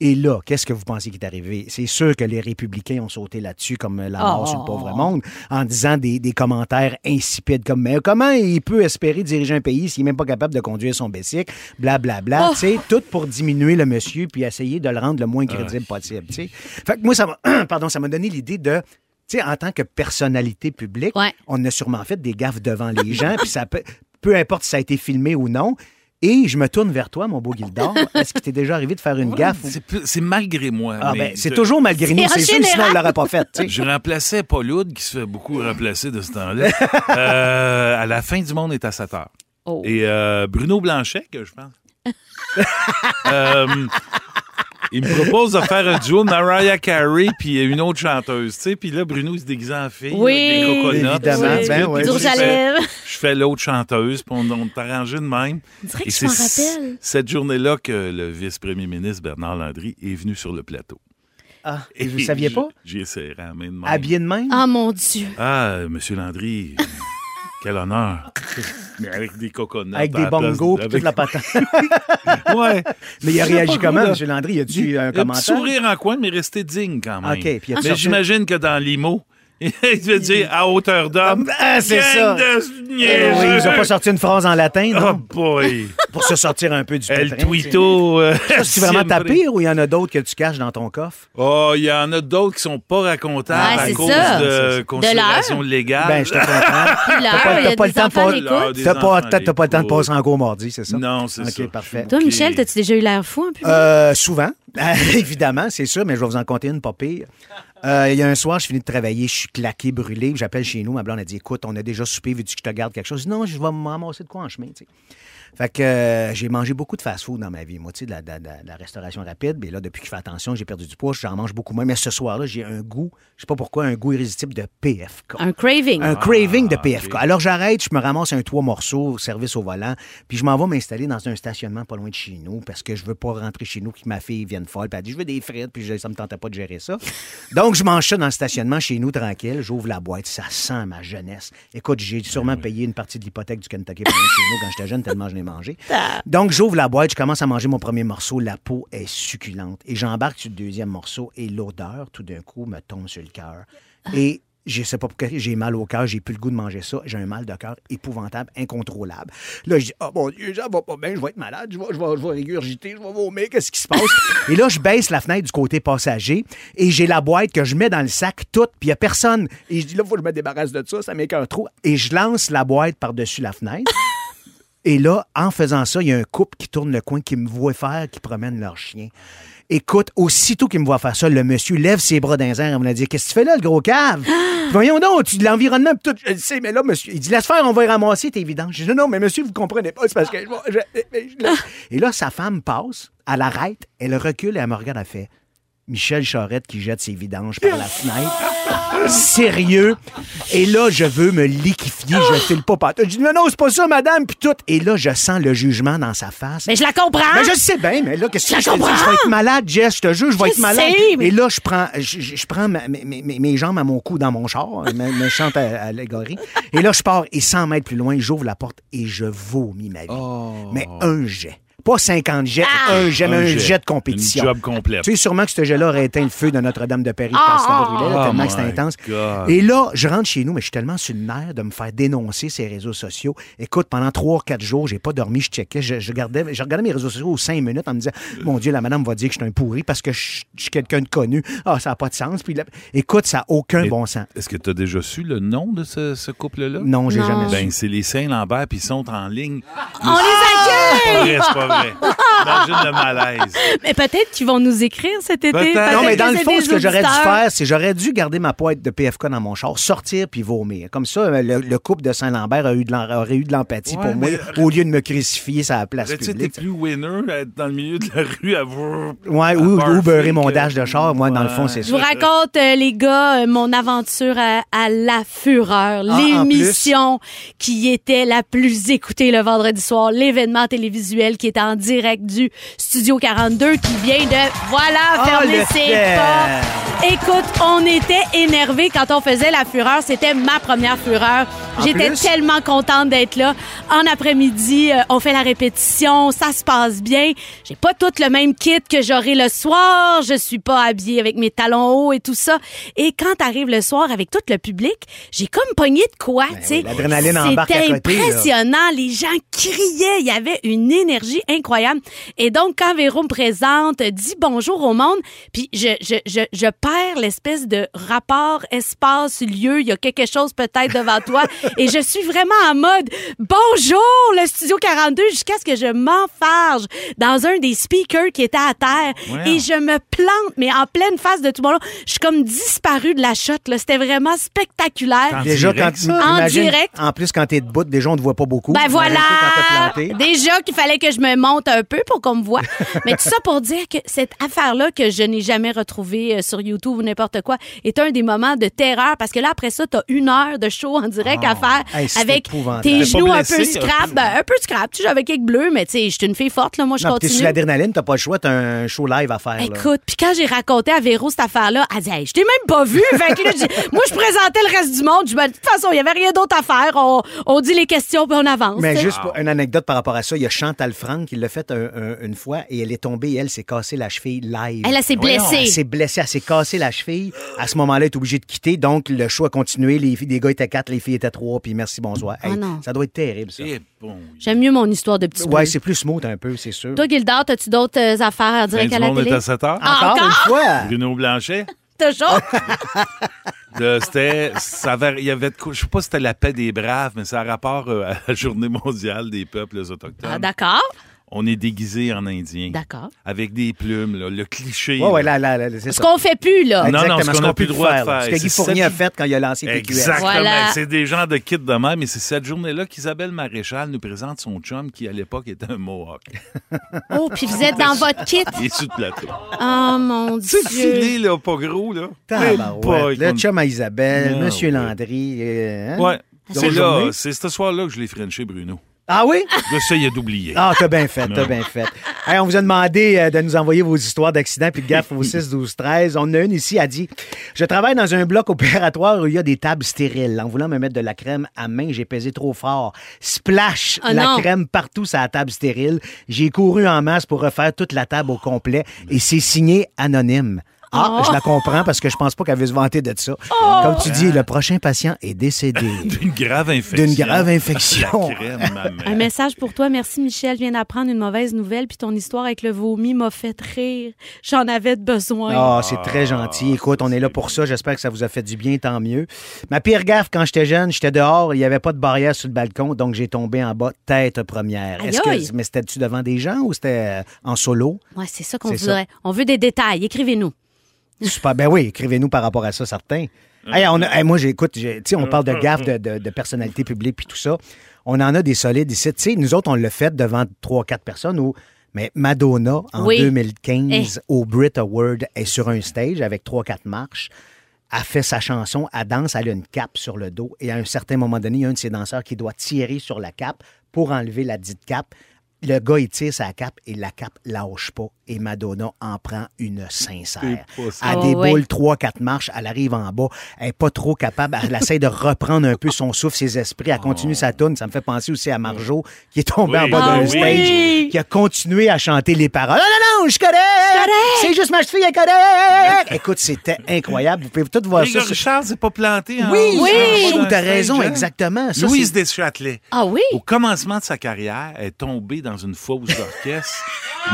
B: Et là, qu'est-ce que vous pensez qui est arrivé? C'est sûr que les républicains ont sauté
C: Oh,
B: là-dessus comme la mort sur le pauvre monde en disant des, des commentaires insipides comme « Mais comment il peut espérer diriger un pays s'il n'est même pas capable de conduire son bicycle? Blablabla. Bla, bla, Tu
C: Oh!
B: sais, tout pour diminuer le monsieur puis essayer de le rendre le moins crédible possible. tu sais. Fait que moi, ça m'a pardon, ça m'a donné l'idée de. Tu sais, en tant que personnalité publique,
C: Ouais.
B: on a sûrement fait des gaffes devant les gens, puis ça peut, peu importe si ça a été filmé ou non. Et je me tourne vers toi, mon beau Gildor. Est-ce qu'il t'est déjà arrivé de faire une gaffe? ou-
D: C'est plus- C'est malgré moi.
B: Ah,
D: mais
B: ben, c'est
D: de-
B: toujours malgré nous,
C: en
B: c'est sûr,
C: général.
B: sinon on l'aurait pas fait. tu sais.
D: Je remplaçais Paul Oud, qui se fait beaucoup remplacer de ce temps-là. Euh, à la fin du monde est à 7 heures.
C: Oh.
D: Et euh, Bruno Blanchet, que je pense. Euh, il me propose de faire un duo de Mariah Carey puis une autre chanteuse. tu sais. Puis là, Bruno il se déguise en fille.
C: Oui.
D: avec des coconuts.
B: Évidemment,
D: Puis
B: ben
D: là,
B: ouais.
D: puis
C: Dur
D: je
C: à
D: fais-
C: lèvres.
D: Je fais l'autre chanteuse, puis on, on t'arrangeait de même.
C: dirait que
D: Et
C: je m'en
D: c'est
C: rappelle.
D: Cette journée-là que le vice-premier ministre Bernard Landry est venu sur le plateau.
B: Ah, et vous ne saviez pas?
D: J'ai j'ai serré la main de même.
B: Habillé de même?
C: Ah, mon Dieu.
D: Ah, M. Landry, euh, quel honneur. Mais avec des coconuts.
B: Avec
D: à
B: des
D: la place
B: bongos
D: de-
B: puis
D: avec-
B: toute la patente.
D: Ouais.
B: Mais il a
D: Je sais
B: réagi
D: pas
B: comment,
D: quoi,
B: M. Landry? Y a-tu un
D: Un petit
B: commentaire?
D: sourire en coin, mais resté digne quand même.
B: OK, puis il a
D: mais
B: sorti-
D: j'imagine que dans l'IMO, il veut dire à hauteur d'homme.
B: Ah, c'est
D: Gang
B: ça.
D: de
B: Eh oui,
D: niaiseux.
B: ils ont pas sorti une phrase en latin,
D: Oh
B: non?
D: boy!
B: Pour se sortir un peu du
D: El
B: pétrin, tu sais.
D: Twito. euh,
B: Ça, C'est vraiment ta
D: siempre.
B: pire ou il y en a d'autres que tu caches dans ton coffre?
D: Oh, il y en a d'autres qui sont pas racontables
C: Ouais,
D: à
C: c'est
D: cause
C: ça.
D: de considérations légales.
B: Ben, je te comprends.
C: Puis là,
B: pas-
C: il y a
B: t'as pas
C: des
B: le temps
C: enfants à
B: pour-
C: l'écoute.
D: Des
B: T'as pas,
D: enfants,
B: t'as- t'as pas le temps de
D: écoute.
B: passer en cours mardi, c'est ça?
D: Non, c'est ça.
B: OK, parfait.
C: Toi,
D: Ok.
C: Michel, t'as-tu déjà eu l'air fou un peu?
B: Euh, souvent, évidemment, c'est sûr, mais je vais vous en compter une, pas pire. Euh, il y a un soir, je finis de travailler, je suis claqué, brûlé. J'appelle chez nous, ma blonde a dit Écoute, on a déjà soupé, vu que je te garde quelque chose. Je dis, Non, je vais m'amasser de quoi en chemin. tu sais. Fait que euh, j'ai mangé beaucoup de fast-food dans ma vie, moi, tu sais, de la, de la- de la restauration rapide. Mais là, depuis que je fais attention, j'ai perdu du poids, j'en mange beaucoup moins. Mais ce soir-là, j'ai un goût, je sais pas pourquoi, un goût irrésistible de PFK.
C: Un craving.
B: Un craving de PFK. Alors j'arrête, je me ramasse un trois morceaux au service au volant, puis je m'en vais m'installer dans un stationnement pas loin de chez nous parce que je veux pas rentrer chez nous que ma fille vienne folle. Puis elle dit je veux des frites, puis je, ça me tentait pas de gérer ça. Donc je mange ça dans le stationnement chez nous tranquille, j'ouvre la boîte, ça sent ma jeunesse. Écoute, j'ai sûrement payé une partie de l'hypothèque du Kentucky pour venir chez nous quand j'étais jeune tellement je l'ai mangé. Donc j'ouvre la boîte, je commence à manger mon premier morceau, la peau est succulente et j'embarque sur le deuxième morceau et l'odeur tout d'un coup me tombe sur le cœur. Et je sais pas pourquoi, j'ai mal au cœur, j'ai plus le goût de manger ça, j'ai un mal de cœur épouvantable, incontrôlable. Là, je dis, ah mon Dieu, ça va pas bien, je vais être malade, je vais, je vais- je vais régurgiter, je vais vomir, qu'est-ce qui se passe? et là, je baisse la fenêtre du côté passager et j'ai la boîte que je mets dans le sac toute, puis il a personne. Et je dis, là, faut que je me débarrasse de ça, ça qu'un trou. Et je lance la boîte par-dessus la fenêtre. Et là, en faisant ça, il y a un couple qui tourne le coin, qui me voit faire, qui promène leur chien. Écoute, aussitôt qu'il me voit faire ça, le monsieur lève ses bras dans les airs et me dit Qu'est-ce que tu fais là, le gros cave Voyons donc, tu de l'environnement, pis tout. Je le sais, mais là, monsieur, il dit Laisse faire, on va y ramasser, t'es évident. Je dis Non, mais monsieur, vous comprenez pas, c'est parce que. je vais- je- mais je- là- Et là, sa femme passe, elle arrête, elle recule et elle me regarde, elle fait Michel Charette qui jette ses vidanges par la fenêtre. Sérieux. Et là, je veux me liquifier, je file pas partout. Je dis non, non, c'est pas ça, madame, puis tout. Et là, je sens le jugement dans sa face.
C: Mais je la comprends.
B: Ben, je sais bien, mais là, qu'est-ce que
C: Je
B: je te dis?
C: comprends.
B: Je vais être malade, Jess, je te jure, je vais
C: Je
B: être malade.
C: sais, mais-
B: Et là, je prends, je, je- je prends ma- mes, mes- mes jambes à mon cou dans mon char, me, me chante à, à l'allégorie. Et là, je pars et 100 mètres plus loin, j'ouvre la porte et je vomis ma vie.
D: Oh.
B: Mais un jet. Pas 50 jets,
C: Ah!
B: un jet, mais un, jet. de compétition.
D: Une job complète.
B: Tu sais sûrement que ce jet-là aurait éteint le feu de Notre-Dame de Paris
C: Ah,
B: quand ça brûlait, là,
D: Oh
B: tellement que c'était
D: my
B: intense.
D: God.
B: Et là, je rentre chez nous, mais je suis tellement sur le nerf de me faire dénoncer ces réseaux sociaux. Écoute, pendant trois, quatre jours, j'ai pas dormi, je checkais, je, je regardais, je regardais mes réseaux sociaux aux cinq minutes en me disant Mon Dieu, la madame va dire que je suis un pourri parce que je, je suis quelqu'un de connu. Ah, ça n'a pas de sens. Puis là- écoute, ça n'a aucun
D: Mais-
B: bon sens.
D: Est-ce que tu as déjà su le nom de ce, ce couple-là?
B: Non, j'ai
C: Non.
B: jamais su.
D: Ben, c'est les Saint-Lambert, puis ils sont en ligne.
C: On
B: Ah!
C: les
D: C'est
C: accueille!
D: pas vrai, c'est pas vrai. Imagine le malaise.
C: Mais peut-être qu'ils vont nous écrire cet été.
D: Peut-être.
C: Peut-être
B: Non, mais dans
C: que
B: le
C: c'est
B: fond,
C: des
B: ce que j'aurais dû
C: auditeurs.
B: faire, c'est j'aurais dû garder ma poète de PFK dans mon char, sortir puis vomir. Comme ça, euh, le, le couple de Saint-Lambert a eu de l'en- aurait eu de l'empathie
D: Ouais,
B: pour moi,
D: mais-
B: au lieu de me crucifier sur la place
D: Tu t'es
B: publique.
D: plus winner à être dans le milieu de la rue à vous.
B: Ouais,
D: à euh,
B: ou, ou
D: barfer
B: beurrer mon
D: que-
B: dash de char, moi, dans le fond, c'est
C: Je vous
B: ça.
C: raconte, euh, les gars, euh, mon aventure à, à La Fureur,
B: Ah, en
C: l'émission qui était la plus écoutée le vendredi soir, l'événement télévisuel qui était en direct du Studio 42 qui vient de, voilà,
B: Ah,
C: fermer
B: le
C: ses
B: fier.
C: portes. Écoute, on était énervés quand on faisait la fureur. C'était ma première fureur. J'étais
B: plus?
C: tellement contente d'être là. En après-midi, euh, on fait la répétition, ça se passe bien. J'ai pas tout le même kit que j'aurai le soir. Je suis pas habillée avec mes talons hauts et tout ça. Et quand arrive le soir avec tout le public, j'ai comme pogné de quoi, tu sais.
B: Ben oui, l'adrénaline embarque à
C: C'était
B: côté, là.
C: impressionnant. Les gens criaient. Il y avait une énergie incroyable. Et donc, quand Véro me présente, dit bonjour au monde, puis je, je, je, je perds l'espèce de rapport espace-lieu. Il y a quelque chose peut-être devant toi. et je suis vraiment en mode bonjour, le Studio 42, jusqu'à ce que je m'enfarge dans un des speakers qui était à terre.
D: Voyons.
C: Et je me plante, mais en pleine face de tout le monde. Je suis comme disparue de la shot. là. C'était vraiment spectaculaire.
D: En
B: Déjà,
D: direct,
B: quand
D: ça?
C: En
B: imagine,
C: direct.
B: En plus, quand t'es debout, déjà, on te voit pas beaucoup.
C: Ben voilà!
B: Quand t'es planté.
C: Déjà qu'il fallait que je me monte un peu pour qu'on me voit. Mais tout ça pour dire que cette affaire-là que je n'ai jamais retrouvée euh, sur YouTube ou n'importe quoi est un des moments de terreur parce que là, après ça, t'as une heure de show en direct à faire
B: Oh. Hey, c'est
C: avec
B: épouvantable.
C: tes
D: T'es
C: genoux
D: pas
C: un peu
D: blessé,
C: scrap. ben, Un peu scrap. Tu sais, j'avais quelques bleus, mais tu sais, je suis une fille forte, là. Moi, je
B: Non, puis t'es
C: continue.
B: sur l'adrénaline, t'as pas le choix, t'as un show live à faire. là.
C: Écoute, puis quand j'ai raconté à Véro cette affaire-là, elle dit Hey, Je t'ai même pas vu. Fait que là, j'ai- moi, je présentais le reste du monde. Je dis, Ben, De toute façon, il y avait rien d'autre à faire. On, on dit les questions, puis on avance.
B: Mais
C: tu sais.
B: juste pour une anecdote par rapport à ça, il y a Chantal Franck qui l'a fait un- un- une fois et elle est tombée, elle s'est cassée la cheville live.
C: Elle, elle s'est
B: Elle
C: blessée.
B: s'est blessée, elle s'est cassée la cheville. À ce moment-là, elle est obligée de quitter. Donc, le show a continué. Les, filles- les gars étaient quatre, les filles étaient trois. Puis merci, bonsoir.
C: Oh non.
B: ça doit être terrible, ça.
D: Eh, bon,
C: J'aime mieux mon histoire de petit
B: Ouais, c'est plus smooth un peu, c'est sûr.
C: Toi, Gildard, as-tu d'autres euh, affaires à
D: fin
C: dire
D: Ben, du
C: à la
D: monde
C: télé?
D: est à 7 heures.
C: Ah,
B: Encore une fois!
D: Bruno Blanchet.
C: Toujours?
D: De- C'était, ça avait- il y avait, de quoi- je sais pas si c'était la paix des braves, mais c'est un rapport euh, à la Journée mondiale des peuples
C: Ah,
D: autochtones.
C: D'accord.
D: On est déguisé en Indien.
C: D'accord.
D: Avec des plumes, là, le cliché.
B: Ouais, ouais,
D: là.
B: là, là, là, c'est
C: Ce
B: ça.
C: qu'on fait plus, là.
D: Non, non,
B: Ah, Exactement,
D: ce qu'on a plus
B: pu
D: le droit de
B: là.
D: faire,
B: Ce que Guy
D: c'est
B: Fournier
D: ça
B: a
D: qui-
B: fait quand il a lancé
D: Exactement.
B: TQS.
C: Voilà.
D: C'est des gens de kit de même. Et c'est cette journée-là qu'Isabelle Maréchal nous présente son chum qui, à l'époque, était un Mohawk.
C: Oh, puis vous êtes dans votre kit.
D: Il est sous le plateau.
C: Oh, mon Dieu.
D: C'est filé, là, pas gros, là.
B: Tabarouette, Le chum à Isabelle,
D: Non,
B: Monsieur
D: ouais.
B: Landry. euh, hein?
D: Ouais. C'est
B: Longue
D: là,
B: journée.
D: c'est ce soir-là que je l'ai frenché, Bruno.
B: Ah oui?
D: J'essayais d'oublier.
B: Ah, t'as bien fait, t'as bien fait. Hey, on vous a demandé euh, de nous envoyer vos histoires d'accidents puis de gaffe au 6, 12, 13. On en a une ici, a dit Je travaille dans un bloc opératoire où il y a des tables stériles. En voulant me mettre de la crème à main, j'ai pesé trop fort. Splash
C: Ah,
B: la
C: non.
B: crème partout sur la table stérile. J'ai couru en masse pour refaire toute la table au complet et c'est signé anonyme. Ah,
C: Oh.
B: je la comprends parce que je pense pas qu'elle veut se vanter de ça. Comme tu dis, le prochain patient est décédé.
D: D'une grave infection.
B: D'une grave infection.
D: La crème, ma mère.
C: Un message pour toi. Merci, Michel. Je viens d'apprendre une mauvaise nouvelle, puis ton histoire avec le vomi m'a fait rire. J'en avais de besoin.
B: Ah, c'est très gentil. Écoute, on est là pour ça. J'espère que ça vous a fait du bien, tant mieux. Ma pire gaffe, quand j'étais jeune, j'étais dehors, il n'y avait pas de barrière sur le balcon, donc j'ai tombé en bas tête première.
C: Aïe,
B: Est-ce que,
C: aïe.
B: mais c'était-tu devant des gens ou c'était euh, en solo?
C: Ouais, c'est ça qu'on
B: C'est ça.
C: voudrait. On veut des détails. Écrivez-nous.
B: Super. Ben oui, écrivez-nous par rapport à ça, certains. Hey, on a- hey, moi, j'écoute, j'ai- tu sais, on parle de gaffe, de, de- de personnalité publique puis tout ça. On en a des solides ici. Tu sais, nous autres, on l'a fait devant 3-4 personnes ou. Mais Madonna, en
C: Oui.
B: 2015,
C: Eh.
B: au Brit Award, est sur un stage avec 3-4 marches. a fait sa chanson, elle danse, elle a une cape sur le dos. Et à un certain moment donné, il y a un de ses danseurs qui doit tirer sur la cape pour enlever la dite cape. Le gars, il tire sa cape et la cape lâche pas. Et Madonna en prend une sincère.
D: C'est pas ça.
B: Elle
C: Ah
B: déboule
C: ouais.
B: trois, quatre marches, elle arrive en bas, elle n'est pas trop capable, elle essaie de reprendre un peu son souffle, ses esprits, elle continue sa tourne. Ça me fait penser aussi à Marjo, qui est tombée en
D: Oui.
B: bas
C: Ah
B: d'un
C: oui.
B: stage, qui a continué à chanter les paroles. Non, non, non, je suis correct! C'est juste ma cheville, elle est correcte! Écoute, c'était incroyable. Vous pouvez tout voir ça.
D: Grégory
B: sur-
D: Charles n'est pas planté. en
B: Oui, oui.
D: haut, en bas
B: Oh,
D: d'un
B: t'as
D: stage,
B: raison,
D: hein?
B: exactement. Ça,
D: Louise
B: c'est-
D: Deschâtelet.
C: Ah oui?
D: Au commencement de sa carrière, elle est tombée dans une fosse d'orchestre.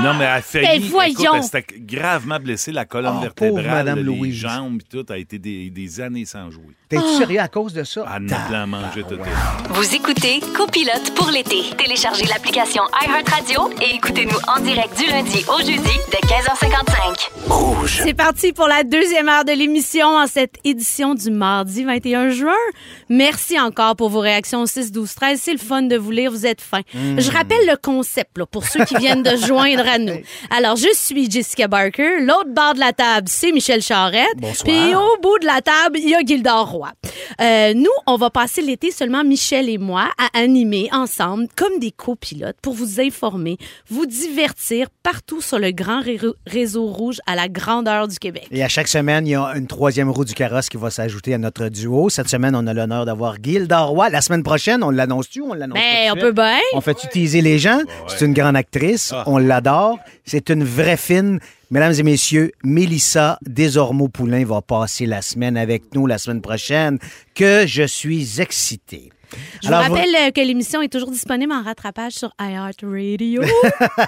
D: non, mais elle a failli.
C: Ben,
D: écoute,
C: voyons.
D: elle s'était gravement blessée la colonne
B: Oh, pauvre
D: vertébrale,
B: Madame
D: les
B: Louise.
D: jambes, et tout a été des, des années sans jouer.
B: T'es-tu sérieux à cause de ça?
D: Ah,
B: Ta-
D: de la manger tout.
A: Vous écoutez Copilote pour l'été. Téléchargez l'application iHeartRadio et écoutez-nous en direct du lundi au jeudi dès 15h55.
C: C'est parti pour la deuxième heure de l'émission en cette édition du mardi 21 juin. Merci encore pour vos réactions au 6 12 13, c'est le fun de vous lire, vous êtes fin. Je rappelle le concept là, pour ceux qui viennent de se joindre à nous. Alors, je suis Jessica Barker. L'autre bord de la table, c'est Michel Charrette.
B: Bonsoir.
C: Puis au bout de la table, il y a Gildor Roy. Euh, nous, on va passer l'été seulement, Michel et moi, à animer ensemble comme des copilotes pour vous informer, vous divertir partout sur le grand ré- réseau rouge à la grandeur du Québec.
B: Et à chaque semaine, il y a une troisième roue du carrosse qui va s'ajouter à notre duo. Cette semaine, on a l'honneur d'avoir Guy Roy. La semaine prochaine, on l'annonce-tu ou on l'annonce pas tout
C: Ben,
B: de
C: on
B: suite?
C: peut bien.
B: On fait utiliser les gens. C'est une grande actrice.
D: Ah.
B: On l'adore. C'est une vraie fine. Mesdames et messieurs, Mélissa Desormeaux-Poulain va passer la semaine avec nous la semaine prochaine. Que je suis excité.
C: Je vous rappelle euh, que l'émission est toujours disponible en rattrapage sur iHeartRadio.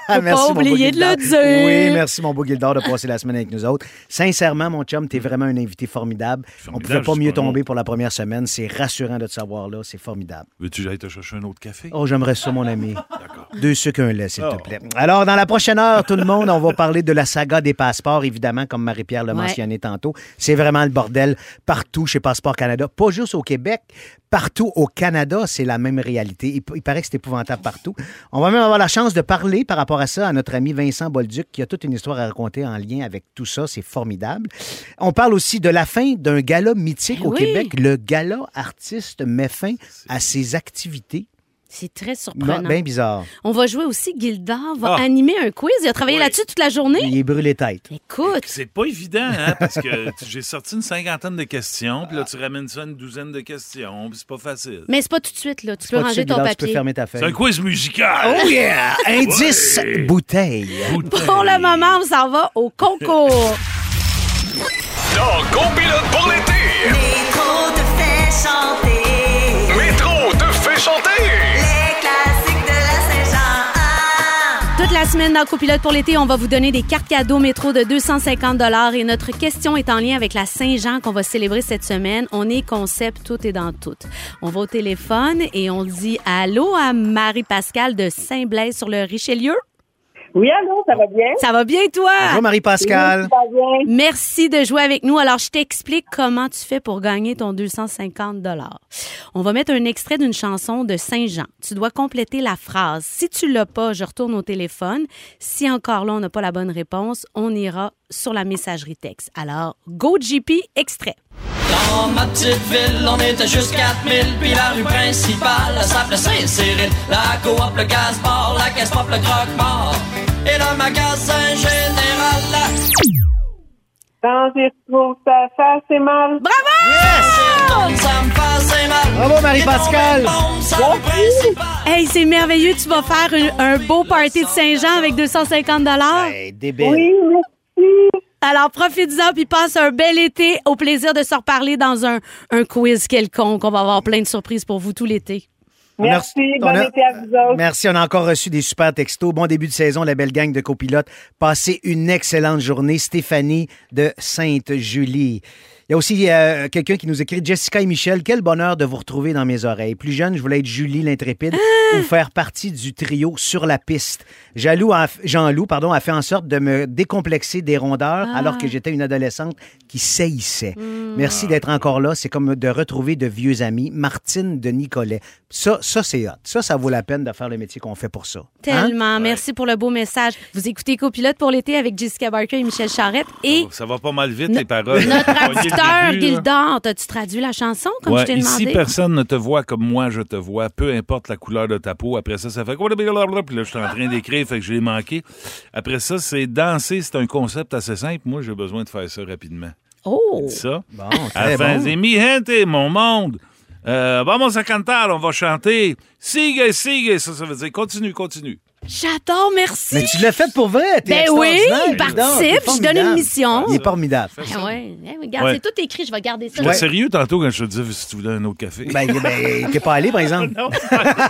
B: Ah,
C: Faut pas
B: mon beau
C: oublier de le
B: Gildor.
C: dire.
B: Oui, merci, mon beau Gildor, de passer la semaine avec nous autres. Sincèrement, mon chum, t'es vraiment un invité formidable.
D: Formidable,
B: On pouvait pas
D: c'est
B: mieux
D: pas
B: tomber
D: long.
B: pour la première semaine. C'est rassurant de te savoir là. C'est formidable.
D: Veux-tu que j'aille te chercher un autre café?
B: Oh, j'aimerais ça, mon ami. Deux sucres, un lait, s'il te plaît. Alors, dans la prochaine heure, tout le monde, on va parler de la saga des passeports, évidemment, comme Marie-Pierre l'a
C: Ouais.
B: mentionné tantôt. C'est vraiment le bordel partout chez Passeport Canada. Pas juste au Québec, partout au Canada, c'est la même réalité. Il, il paraît que c'est épouvantable partout. On va même avoir la chance de parler par rapport à ça à notre ami Vincent Bolduc, qui a toute une histoire à raconter en lien avec tout ça. C'est formidable. On parle aussi de la fin d'un gala mythique
C: Eh
B: au
C: oui.
B: Québec. Le gala artiste met fin à ses activités.
C: C'est très
B: Non, ben-
C: surprenant.
B: bien bizarre.
C: On va jouer aussi. Gildor va
D: Ah.
C: animer un quiz. Il a travaillé
D: Oui.
C: là-dessus toute la journée.
B: Il est brûlé tête.
C: Écoute,
D: C'est pas évident, hein, parce que tu- j'ai sorti une cinquantaine de questions, puis là, tu ramènes ça à une douzaine de questions, puis c'est pas facile.
C: mais c'est pas tout de suite. là. Tu peux
B: Pas de
C: ranger ton
B: cellulaire, Tu peux
C: papier.
B: fermer ta
D: C'est un
B: feuille.
D: quiz musical!
B: Oh yeah! Indice bouteille.
C: Pour le moment, on s'en va au concours.
F: Non, copilote pour l'été.
G: L'écho te fait chanter
F: Métro te fait chanter.
G: les classiques de la Saint-Jean.
C: Toute la semaine dans Copilote pour l'été, on va vous donner des cartes cadeaux métro de 250 et notre question est en lien avec la Saint-Jean qu'on va célébrer cette semaine. On est concept tout est dans tout. On va au téléphone et on dit allô à Marie-Pascale de Saint-Blaise sur le Richelieu.
H: Oui, allô, ça va bien?
C: Ça va bien toi
B: Bonjour Marie-Pascal.
H: Ça va bien.
C: Merci de jouer avec nous. Alors, je t'explique comment tu fais pour gagner ton 250 On va mettre un extrait d'une chanson de Saint-Jean. Tu dois compléter la phrase. Si tu l'as pas, je retourne au téléphone. Si encore là, on n'a pas la bonne réponse, on ira sur la messagerie texte. Alors, go JP, extrait.
I: Dans Oh, ma petite ville, on était juste 4000 Puis la rue principale, ça s'appelait Saint-Cyril La coop, le casse-bar, la caisse pop, le croque-mort Et le magasin général là.
H: Quand j'y retrouve ta face, c'est mal.
I: Ça me faisait mal
B: Bravo, Marie-Pascale.
I: Et dans mes bombes, ça rue principale.
C: Hey, c'est merveilleux. Tu vas faire un, un beau party de Saint-Jean avec 250
B: Hey, débile.
H: Oui, merci.
C: Alors, profite-en puis passe un bel été. Au plaisir de se reparler dans un, un quiz quelconque. On va avoir plein de surprises pour vous tout l'été.
B: On a-
H: Merci.
B: on
H: Bon
B: a-
H: été à vous autres.
B: Merci, on a encore reçu des super textos. Bon début de saison, la belle gang de copilotes. Passez une excellente journée. Stéphanie de Sainte-Julie. Il y a aussi euh, quelqu'un qui nous écrit Jessica et Michel, quel bonheur de vous retrouver dans mes oreilles. Plus jeune, je voulais être Julie l'intrépide
C: Ah!
B: ou faire partie du trio sur la piste. Jaloux a- Jean-Loup pardon, a fait en sorte de me décomplexer des rondeurs
C: Ah.
B: alors que j'étais une adolescente qui saillissait.
C: Hmm.
B: Merci d'être encore là. C'est comme de retrouver de vieux amis. Martine de Nicolet. Ça, ça c'est hot. Ça, ça vaut la peine de faire le métier qu'on fait pour ça. Hein?
C: Tellement. Merci pour le beau message. Vous écoutez Copilote pour l'été avec Jessica Barker et Michel Charrette. Et
D: Ça va pas mal vite, les paroles.
C: notre
D: Pogné Oh,
C: auditeur,
D: le début, là.
C: Gildor, t'as-tu traduit la chanson comme
D: Ouais,
C: je t'ai
D: ici,
C: demandé?
D: personne ne te voit comme moi, je te vois, peu importe la couleur de ta peau. Après ça, ça fait. blablabla, Puis là, je suis en train d'écrire, fait que je l'ai manqué. Après ça, c'est danser, c'est un concept assez simple. Moi, j'ai besoin de faire ça rapidement.
C: Oh!
D: Ça.
B: Bon, très
D: Afin
B: bon.
D: de mi gente, mon monde. Euh, vamos a cantar, on va chanter. Sigue, sigue. Ça, ça veut dire continue, continue.
C: J'adore, merci.
B: Mais tu l'as fait pour vrai. t'es
C: Ben oui,
B: extraordinaire.
C: il participe,
B: Dis donc,
C: je donne une
B: formidable.
C: mission.
B: Il est formidable.
C: Ah ouais. Eh, regarde,
D: Ouais.
C: c'est tout écrit, je vais garder ça.
D: J'étais
B: Ouais.
D: sérieux tantôt quand je te disais si tu voulais un autre café.
B: Ben, Ah, ben, t'es pas allé, par exemple.